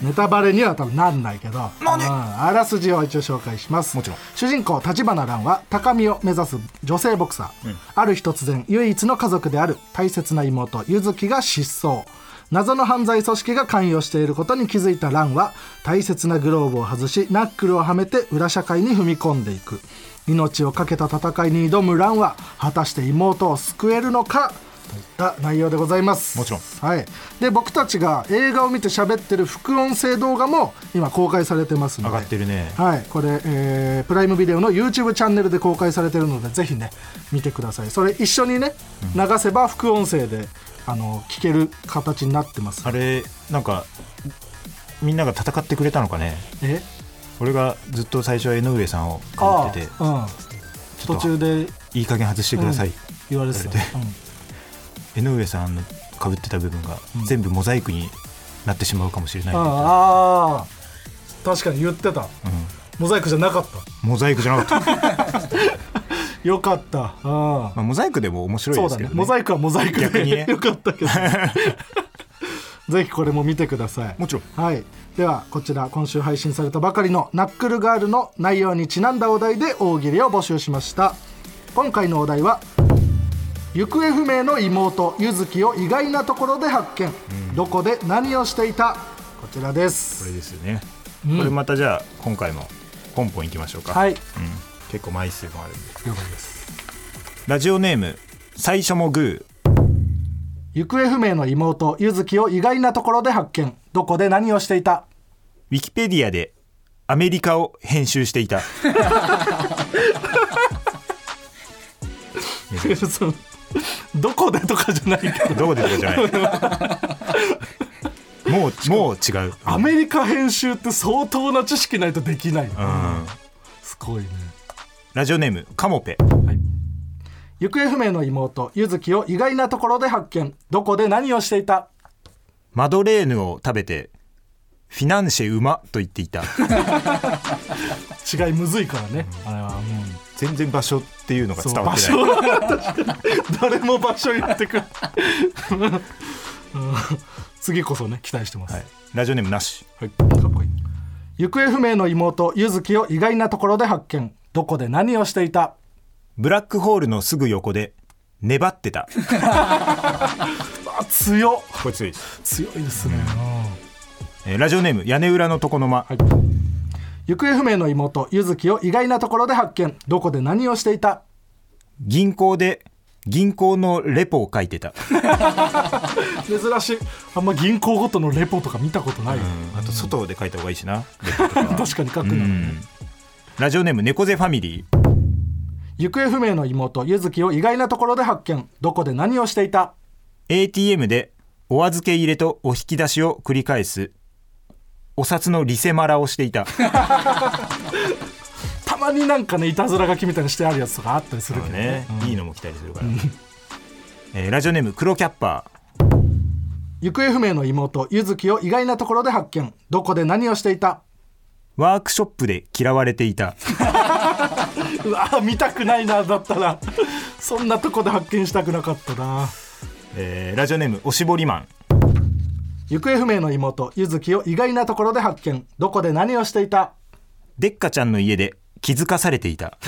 [SPEAKER 3] ネタバレには多分なんないけどうんあらすじを一応紹介します
[SPEAKER 2] もちろん
[SPEAKER 3] 主人公立花蘭は高みを目指す女性ボクサー、ある日突然唯一の家族である大切な妹柚月が失踪謎の犯罪組織が関与していることに気づいた蘭は大切なグローブを外しナックルをはめて裏社会に踏み込んでいく命を懸けた戦いに挑む蘭は果たして妹を救えるのかといった内容でございます
[SPEAKER 2] もちろん
[SPEAKER 3] はい、で僕たちが映画を見て喋ってる副音声動画も今公開されてますの
[SPEAKER 2] 上
[SPEAKER 3] で
[SPEAKER 2] がってるね
[SPEAKER 3] はい、これ、えープライムビデオの YouTube チャンネルで公開されてるのでぜひね見てくださいそれ一緒にね流せば副音声であの聞ける形になってます
[SPEAKER 2] あれなんかみんなが戦ってくれたのかね
[SPEAKER 3] え
[SPEAKER 2] 俺がずっと最初は江上さんをかぶ
[SPEAKER 3] あ
[SPEAKER 2] ってて
[SPEAKER 3] あ、うん、
[SPEAKER 2] ちょ
[SPEAKER 3] 途
[SPEAKER 2] っと
[SPEAKER 3] 中で
[SPEAKER 2] いい加減外してください、
[SPEAKER 3] 言われてた、
[SPEAKER 2] 言われて江上さんのかぶってた部分が
[SPEAKER 3] ん
[SPEAKER 2] 全部モザイクになってしまうかもしれない、
[SPEAKER 3] あ
[SPEAKER 2] うん
[SPEAKER 3] ああー確かに言ってたモザイクじゃなかった
[SPEAKER 2] モザイクじゃなか った、
[SPEAKER 3] よかったうん
[SPEAKER 2] まあ、モザイクでも面白い
[SPEAKER 3] そ
[SPEAKER 2] で
[SPEAKER 3] うだ
[SPEAKER 2] すけ
[SPEAKER 3] ね
[SPEAKER 2] ど、ね
[SPEAKER 3] モザイクはモザイク
[SPEAKER 2] 逆にね
[SPEAKER 3] で よかった けどぜひこれも見てください
[SPEAKER 2] もちろ
[SPEAKER 3] はいではこちら今週配信されたばかりのナックルガールの内容にちなんだお題で大喜利を募集しました今回のお題は行方不明の妹柚月を意外なところで発見、どこで何をしていたこちらで
[SPEAKER 2] こ
[SPEAKER 3] す
[SPEAKER 2] れですよね、これまたじゃあ今回もポンポンいきましょうか、
[SPEAKER 3] はい
[SPEAKER 2] うん、結構枚数もあるんで
[SPEAKER 3] 了解です
[SPEAKER 2] ラジオネーム最初もグ
[SPEAKER 3] 行方不明の妹柚月を意外なところで発見どこで何をしていた
[SPEAKER 2] ーウィキペディアでアメリカを編集していた
[SPEAKER 3] そのどこでとかじゃないけ
[SPEAKER 2] ど
[SPEAKER 3] ど
[SPEAKER 2] こでとかじゃない もうもう違う
[SPEAKER 3] アメリカ編集って相当な知識ないとできない、
[SPEAKER 2] うん
[SPEAKER 3] すごいね
[SPEAKER 2] ラジオネームカモペ
[SPEAKER 3] 行方不明の妹柚月を意外なところで発見どこで何をしていた
[SPEAKER 2] マドレーヌを食べてフィナンシェうまと言っていた
[SPEAKER 3] 違いむずいからね、あれはもう
[SPEAKER 2] 全然場所っていうのが伝
[SPEAKER 3] そう
[SPEAKER 2] わ
[SPEAKER 3] 場
[SPEAKER 2] ってない
[SPEAKER 3] 所確かに誰も場所 言ってくる、うん次こそね期待してます、
[SPEAKER 2] はいラジオネームなし
[SPEAKER 3] かっこいい行方不明の妹柚月を意外なところで発見どこで何をしていた
[SPEAKER 2] ブラックホールのすぐ横で粘ってた
[SPEAKER 3] あ強っ
[SPEAKER 2] これ強いです、
[SPEAKER 3] 強いですね、
[SPEAKER 2] えーラジオネーム屋根裏の床の間、
[SPEAKER 3] 行方不明の妹柚月を意外なところで発見どこで何をしていた
[SPEAKER 2] 銀行で銀行のレポを書いてた
[SPEAKER 3] 珍しいあんま銀行ごとのレポとか見たことない、
[SPEAKER 2] あと外で書いた方がいいしな
[SPEAKER 3] 確かに書くな、
[SPEAKER 2] ラジオネーム猫背ファミリー
[SPEAKER 3] 行方不明の妹柚月を意外なところで発見どこで何をしていた
[SPEAKER 2] ATM でお預け入れとお引き出しを繰り返すお札のリセマラをしていた
[SPEAKER 3] たまになんかねいたずら書きみたいにしてあるやつとかあったりするけどね
[SPEAKER 2] いいのも期待するから えーラジオネーム黒キャッパー
[SPEAKER 3] 行方不明の妹柚月を意外なところで発見どこで何をしていた
[SPEAKER 2] ワークショップで嫌われていた
[SPEAKER 3] うわ見たくないなだったら そんなとこで発見したくなかったな
[SPEAKER 2] えーラジオネームおしぼりマン
[SPEAKER 3] 行方不明の妹柚月を意外なところで発見どこで何をしていた
[SPEAKER 2] でっかちゃんの家で気づかされていた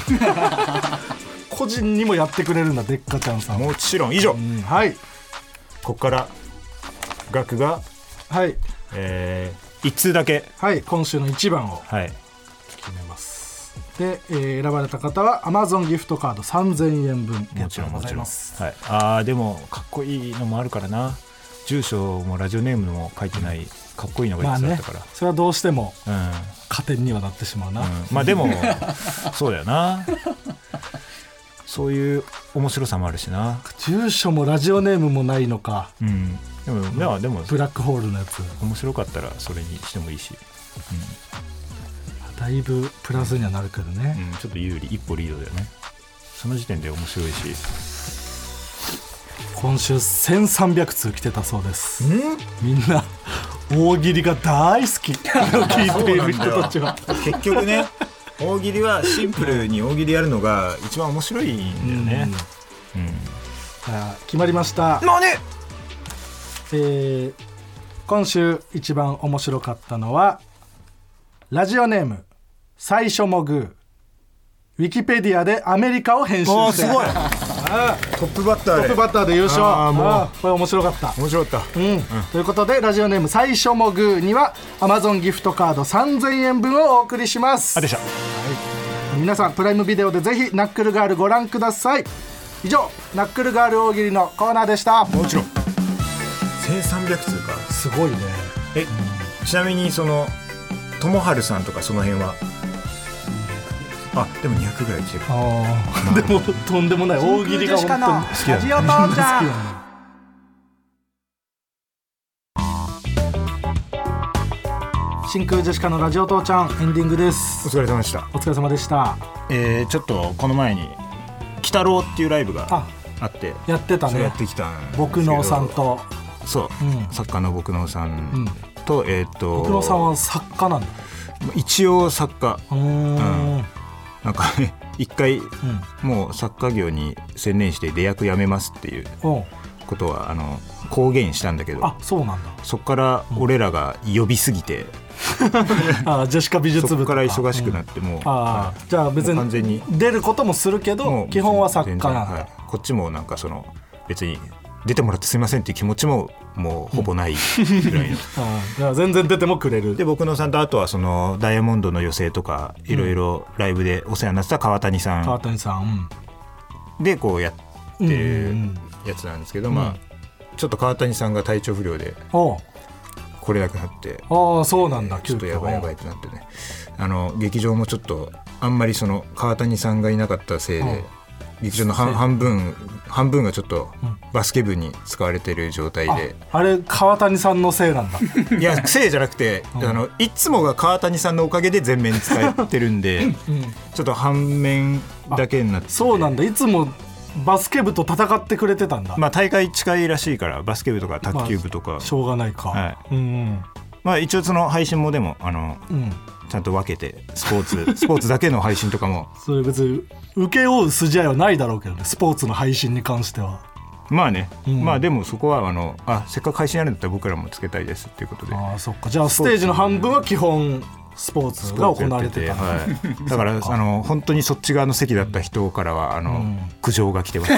[SPEAKER 3] 個人にもやってくれるんだでっかちゃんさん、
[SPEAKER 2] もちろん以上
[SPEAKER 3] うんはい
[SPEAKER 2] ここから額が、
[SPEAKER 3] はい
[SPEAKER 2] え1通だけ
[SPEAKER 3] はい今週の一番を
[SPEAKER 2] はい
[SPEAKER 3] 決めますで、えー選ばれた方は Amazon ギフトカード3000円分
[SPEAKER 2] もちろんもちろん、
[SPEAKER 3] ございま
[SPEAKER 2] はい
[SPEAKER 3] す、
[SPEAKER 2] あーでもかっこいいのもあるからな住所もラジオネームも書いてないかっこいいのが
[SPEAKER 3] ま
[SPEAKER 2] い
[SPEAKER 3] あ
[SPEAKER 2] つだっ
[SPEAKER 3] ね
[SPEAKER 2] たから、
[SPEAKER 3] それはどうしても
[SPEAKER 2] うん
[SPEAKER 3] 加点にはなってしまうな、
[SPEAKER 2] うんまあでもそうだよなそういう面白さもあるしな
[SPEAKER 3] 住所もラジオネームもないのか
[SPEAKER 2] うんでもまあでも
[SPEAKER 3] ブラックホールのやつ
[SPEAKER 2] 面白かったらそれにしてもいいし、
[SPEAKER 3] だいぶプラスにはなるけど
[SPEAKER 2] う
[SPEAKER 3] ね、
[SPEAKER 2] ん、ちょっと有利一歩リードだよねその時点で面白いし
[SPEAKER 3] 今週1300通来てたそうですみんな大喜利が大好き聞いている人たちは
[SPEAKER 2] 結局ね大喜利はシンプルに大喜利やるのが一番面白いんだよね、
[SPEAKER 3] あ決まりました、
[SPEAKER 2] まあね
[SPEAKER 3] えー今週一番面白かったのはラジオネーム最初もグーウィキペディアでアメリカを編集
[SPEAKER 2] あー
[SPEAKER 3] して
[SPEAKER 2] すごい
[SPEAKER 3] ト
[SPEAKER 2] トップバッター
[SPEAKER 3] ッ
[SPEAKER 2] で
[SPEAKER 3] プバッターで優勝
[SPEAKER 2] あーもう
[SPEAKER 3] あーこれ面白かった
[SPEAKER 2] 面白かっ
[SPEAKER 3] うんということでラジオネーム最初もグーには Amazon ギフトカード3000円分をお送りします
[SPEAKER 2] たあでした
[SPEAKER 3] 皆さんプライムビデオでぜひナックルガールご覧ください以上ナックルガール大喜利のコーナーでした
[SPEAKER 2] もちろん1300通か
[SPEAKER 3] すごいね
[SPEAKER 2] えちなみにその友春さんとかその辺はあでも200ぐらい来てる
[SPEAKER 3] あ でもとんでもない大喜利が本当
[SPEAKER 2] 好き
[SPEAKER 3] に
[SPEAKER 2] だね
[SPEAKER 3] 好きだね真空ジェシカのラジオ父ちゃんエンディングで
[SPEAKER 2] お
[SPEAKER 3] す
[SPEAKER 2] 疲れ様でした
[SPEAKER 3] お疲れ様でした
[SPEAKER 2] えー、ちょっとこの前に「鬼太郎」っていうライブが
[SPEAKER 3] あ
[SPEAKER 2] あって
[SPEAKER 3] やってた
[SPEAKER 2] それや
[SPEAKER 3] ね
[SPEAKER 2] ってきたんですけど
[SPEAKER 3] 僕のさんと
[SPEAKER 2] そう、
[SPEAKER 3] うん
[SPEAKER 2] 作家の僕のさ
[SPEAKER 3] うん
[SPEAKER 2] んと、えーっと
[SPEAKER 3] 僕のさんは作家なんだ
[SPEAKER 2] 一応作家
[SPEAKER 3] うーん
[SPEAKER 2] うなんか 一回
[SPEAKER 3] うん
[SPEAKER 2] もう作家業に専念して出役やめますっていう
[SPEAKER 3] おう
[SPEAKER 2] ことはあの公言したんだけど
[SPEAKER 3] あそうなんだ
[SPEAKER 2] そこから俺らが呼びすぎて、
[SPEAKER 3] あージェシカ美術
[SPEAKER 2] そ
[SPEAKER 3] 部
[SPEAKER 2] ことから忙しく
[SPEAKER 3] う
[SPEAKER 2] なんってもう、
[SPEAKER 3] ああじゃあ別
[SPEAKER 2] もう完全
[SPEAKER 3] に
[SPEAKER 2] に
[SPEAKER 3] 出ることもするけ
[SPEAKER 2] も
[SPEAKER 3] ど
[SPEAKER 2] う
[SPEAKER 3] 基本は作家なんだ、
[SPEAKER 2] 全然はいこっちもなんかその別に出てもらってすいませんっていう気持ちももうほぼないぐらい の、
[SPEAKER 3] ああじゃあ全然出てもくれる
[SPEAKER 2] で僕のさんとあとはそのダイヤモンドの寄席とかいろいろライブでお世話になってた川谷さ
[SPEAKER 3] 川
[SPEAKER 2] ん
[SPEAKER 3] 谷さん、
[SPEAKER 2] でこうやって
[SPEAKER 3] うん、
[SPEAKER 2] る
[SPEAKER 3] うんうん
[SPEAKER 2] やつなんですけど、まあちょっと川谷さんが体調不良で
[SPEAKER 3] おう
[SPEAKER 2] 来れなくなって
[SPEAKER 3] ああそうなんだ、
[SPEAKER 2] ちょっと
[SPEAKER 3] 急遽
[SPEAKER 2] やばいやばいってなってねあの劇場もちょっとあんまりその川谷さんがいなかったせい
[SPEAKER 3] うん
[SPEAKER 2] で劇場の半半分半分がちょっと
[SPEAKER 3] うん
[SPEAKER 2] バスケ部に使われてる状態
[SPEAKER 3] あ
[SPEAKER 2] で、
[SPEAKER 3] あれ川谷さんのせ いなんだ
[SPEAKER 2] いや癖じゃなくて、
[SPEAKER 3] うん
[SPEAKER 2] あのいつもが川谷さんのおかげで全面使ってるんでちょっと半面だけになって
[SPEAKER 3] そうなんだいつもバスケ部と戦ってくれてたんだ、
[SPEAKER 2] まあ大会近いらしいからバスケ部とか卓球部とか、
[SPEAKER 3] しょうがないか、
[SPEAKER 2] は
[SPEAKER 3] うん
[SPEAKER 2] まあ、一応その配信もでもあの
[SPEAKER 3] うんうん
[SPEAKER 2] ちゃんと分けてスポーツ スポーツだけの配信とかも
[SPEAKER 3] それ別に請け負う筋合いはないだろうけどねスポーツの配信に関しては
[SPEAKER 2] まあね、
[SPEAKER 3] うん
[SPEAKER 2] まあでもそこはあのあせっかく配信やるんだったら僕らもつけたいですっていうことで
[SPEAKER 3] ああそっかじゃあステージの半分は基本スポーツが行われてたんだ
[SPEAKER 2] はい、だからあの本当にそっち側の席だった人からはあの、
[SPEAKER 3] ん
[SPEAKER 2] 苦情が来てます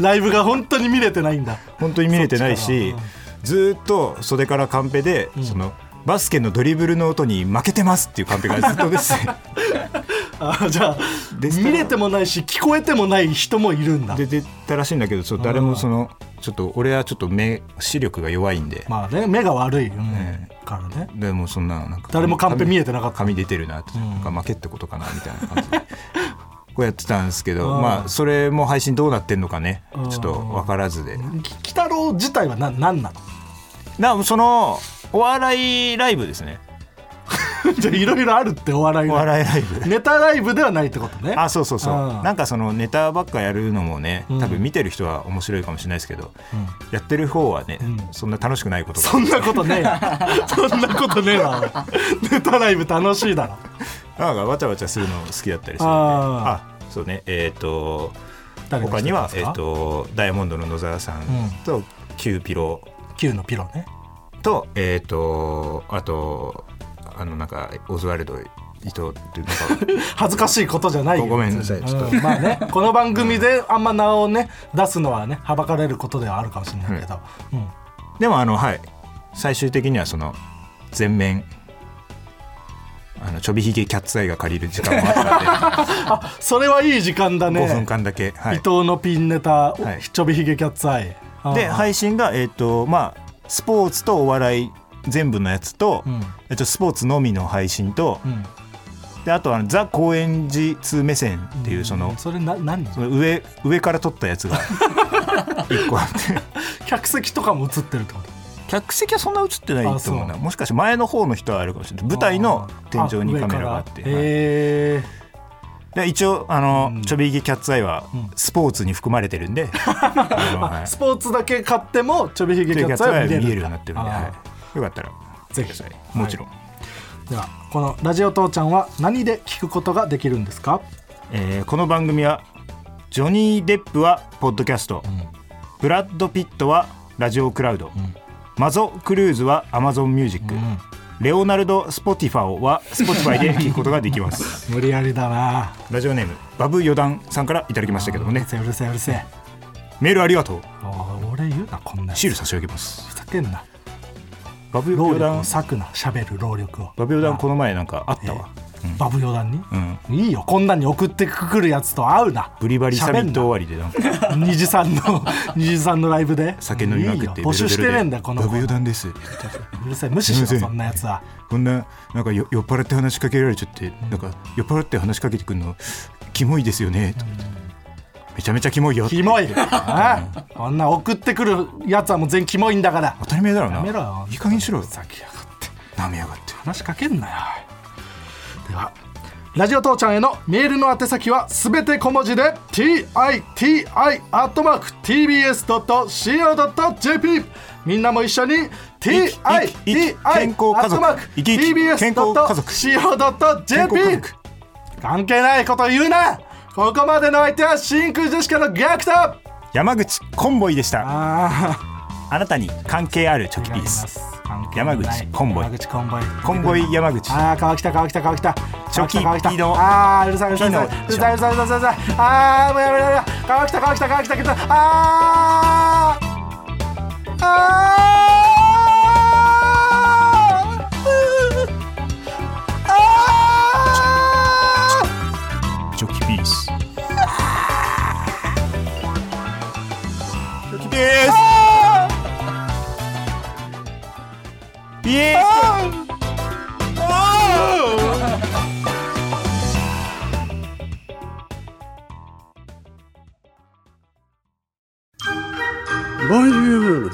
[SPEAKER 3] ライブが本当に見れてないんだ
[SPEAKER 2] 本当に見れてないし
[SPEAKER 3] そっちから
[SPEAKER 2] ずーっと袖からカンペで、そのバスケのドリブルの音に負けてますっていうカンペがずっと です
[SPEAKER 3] あじゃあ
[SPEAKER 2] でしたら
[SPEAKER 3] 見れてもないし聞こえてもない人もいるんだ
[SPEAKER 2] 出てたらしいんだけどそう誰もそのちょっと俺はちょっと目視力が弱いんで、
[SPEAKER 3] まあね目が悪い、うん
[SPEAKER 2] え
[SPEAKER 3] からね
[SPEAKER 2] でもそんななんか
[SPEAKER 3] 誰もカンペ見えてなかった
[SPEAKER 2] 紙出てるなって、なんか負けってことかなみたいな感じでこうやってたんですけど
[SPEAKER 3] あー
[SPEAKER 2] まあそれも配信どうなってんのかね
[SPEAKER 3] あー
[SPEAKER 2] ちょっと分からずで
[SPEAKER 3] き鬼太郎自体はな何なの
[SPEAKER 2] なそのお笑いライブですね
[SPEAKER 3] じゃあいろいろあるってお笑い
[SPEAKER 2] お
[SPEAKER 3] の
[SPEAKER 2] 笑いライブ
[SPEAKER 3] ネタライブではないってこと ね
[SPEAKER 2] あそうそうそう
[SPEAKER 3] あー
[SPEAKER 2] なんかそのネタばっかやるのもね
[SPEAKER 3] ん
[SPEAKER 2] 多分見てる人は面白いかもしれないですけど、やってる方はね、そんな楽しくないことが
[SPEAKER 3] そんなことねえよそんなことねえわネタライブ楽しいだろ
[SPEAKER 2] なんかわちゃわちゃするの好きだったりするんで
[SPEAKER 3] あ
[SPEAKER 2] あそうねえっ、と
[SPEAKER 3] 誰が
[SPEAKER 2] 他には、
[SPEAKER 3] 来て
[SPEAKER 2] え
[SPEAKER 3] た
[SPEAKER 2] ー、
[SPEAKER 3] んですか
[SPEAKER 2] とダイヤモンドの野沢さんと、キューピロ
[SPEAKER 3] Q のピロね
[SPEAKER 2] とえっ、とあとあのなんかオズワルド伊藤っていう のが
[SPEAKER 3] 恥ずかしいことじゃないよ
[SPEAKER 2] ごめんなさい
[SPEAKER 3] 別
[SPEAKER 2] ち
[SPEAKER 3] に
[SPEAKER 2] ょっ
[SPEAKER 3] うんまあねこの番組であんま名をね出すのはねはばかれることではあるかもしれないけど、うん
[SPEAKER 2] でもあのはい最終的にはその全面あのちょびひげキャッツアイが借りる時間もあったの
[SPEAKER 3] それはいい時間だ
[SPEAKER 2] で
[SPEAKER 3] ね
[SPEAKER 2] 5分間だけ、はい
[SPEAKER 3] 伊、藤のピンネタ、
[SPEAKER 2] はい
[SPEAKER 3] ちょびひげキャッツアイ
[SPEAKER 2] で
[SPEAKER 3] い、
[SPEAKER 2] 配信がえっ、とまあスポーツとお笑い全部のやつと、
[SPEAKER 3] うん
[SPEAKER 2] えっと、スポーツのみの配信と、
[SPEAKER 3] うん
[SPEAKER 2] であとはあのザ・高円寺通目線っていうその,、
[SPEAKER 3] それな何
[SPEAKER 2] その上上から撮ったや つが一個あって
[SPEAKER 3] 客席とかも映ってるってこと
[SPEAKER 2] 客席はそんな映ってないと思う
[SPEAKER 3] あ
[SPEAKER 2] な
[SPEAKER 3] そ
[SPEAKER 2] もしかして前の方の人はあるかもしれない舞台の天井にカメラがあってはい
[SPEAKER 3] へえ
[SPEAKER 2] で一応あの、
[SPEAKER 3] うん
[SPEAKER 2] ちょびひげキャッツアイは
[SPEAKER 3] うん
[SPEAKER 2] スポーツに含まれてるん で、あのはい
[SPEAKER 3] スポーツだけ買ってもちょびひげ
[SPEAKER 2] ち
[SPEAKER 3] キ
[SPEAKER 2] ょ
[SPEAKER 3] ャ
[SPEAKER 2] びひげキャ
[SPEAKER 3] ッ
[SPEAKER 2] ッツア
[SPEAKER 3] ツアイ
[SPEAKER 2] イ
[SPEAKER 3] は
[SPEAKER 2] は
[SPEAKER 3] 見
[SPEAKER 2] 見
[SPEAKER 3] れ
[SPEAKER 2] え
[SPEAKER 3] るんだ
[SPEAKER 2] るようになってるんで、
[SPEAKER 3] あ
[SPEAKER 2] は
[SPEAKER 3] ー
[SPEAKER 2] い、よかったら
[SPEAKER 3] ぜ
[SPEAKER 2] くだ
[SPEAKER 3] ひ
[SPEAKER 2] さいもちろん、
[SPEAKER 3] ではこの「ラジオ父ちゃん」は何で聞くことができるんですか
[SPEAKER 2] えーこの番組はジョニー・デップはポッドキャスト、ブラッド・ピットはラジオクラウド、マゾ・クルーズはアマゾン・ミュージック、レオナルド・スポティファオはスポティフ ァイで聞くことができます
[SPEAKER 3] 無理やりだな
[SPEAKER 2] ラジオネームバブ・ヨダンさんからいただきましたけども
[SPEAKER 3] うる
[SPEAKER 2] ね
[SPEAKER 3] せえうるせえうるせえ
[SPEAKER 2] メールありがとう
[SPEAKER 3] あー俺言うなこんなやつ
[SPEAKER 2] シール差し上げます
[SPEAKER 3] ふざけんな
[SPEAKER 2] バブ・
[SPEAKER 3] 労
[SPEAKER 2] ヨ
[SPEAKER 3] 力
[SPEAKER 2] ダ
[SPEAKER 3] を
[SPEAKER 2] ン
[SPEAKER 3] 割くなしゃべる労力を
[SPEAKER 2] バブ・ヨダンこの前なんかあったわ、
[SPEAKER 3] バブ余談に、
[SPEAKER 2] うん
[SPEAKER 3] いいよこんなんに送ってくるやつと会うな
[SPEAKER 2] ブリバリサミット終
[SPEAKER 3] は
[SPEAKER 2] わりでなんか
[SPEAKER 3] 二次さ んの二次さんのライブで
[SPEAKER 2] 酒飲みまくって
[SPEAKER 3] いいよ募集してねえんだよこの
[SPEAKER 2] バ
[SPEAKER 3] 子
[SPEAKER 2] ブ・ヨダンです
[SPEAKER 3] うるせえ無視し
[SPEAKER 2] すいません
[SPEAKER 3] ろそんなやつは
[SPEAKER 2] こんななんかよ酔っ払って話しかけられちゃって、なんか酔っ払って話しかけてくるのキモいですよね、めちゃめちゃキモいよ
[SPEAKER 3] キモいああこんな送ってくるやつはもう全員キモいんだから
[SPEAKER 2] 当たり前だろう
[SPEAKER 3] やめろ
[SPEAKER 2] な
[SPEAKER 3] よ
[SPEAKER 2] いい加減にしろよ
[SPEAKER 3] ふざけやがって
[SPEAKER 2] なめやがって
[SPEAKER 3] 話しかけんなよではラジオ父ちゃんへのメールの宛先はすべて小文字で TITI.tbs.co.jp みんなも一緒に TITI
[SPEAKER 2] 健康家族生き生き健康家族健康家
[SPEAKER 3] TBS.co.jp
[SPEAKER 2] 族
[SPEAKER 3] 関係ないこと言うなここまでの相手は真空ジェシカの逆だ
[SPEAKER 2] 山口コンボイでしたあ
[SPEAKER 3] あ
[SPEAKER 2] なたに関係あるチョキピース山口コンボイ
[SPEAKER 3] 山口コンボイ
[SPEAKER 2] コンボイ山口
[SPEAKER 3] ああ川北川北川北川北川北
[SPEAKER 2] ピノ
[SPEAKER 3] ああうるさいうるさいうるさいうるさいうるさいうるさいうるさいああもうやめろやめろ川北川北川北川北あーあーあー
[SPEAKER 2] チョキピースチョキピースピエース
[SPEAKER 4] ボンジュール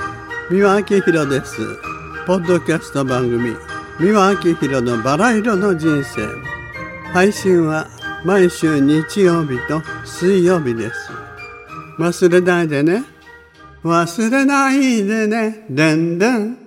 [SPEAKER 4] 三輪明宏ですポッドキャスト番組三輪明宏のバラ色の人生配信は毎週日曜日と水曜日です忘れないでね忘れないでねでんでん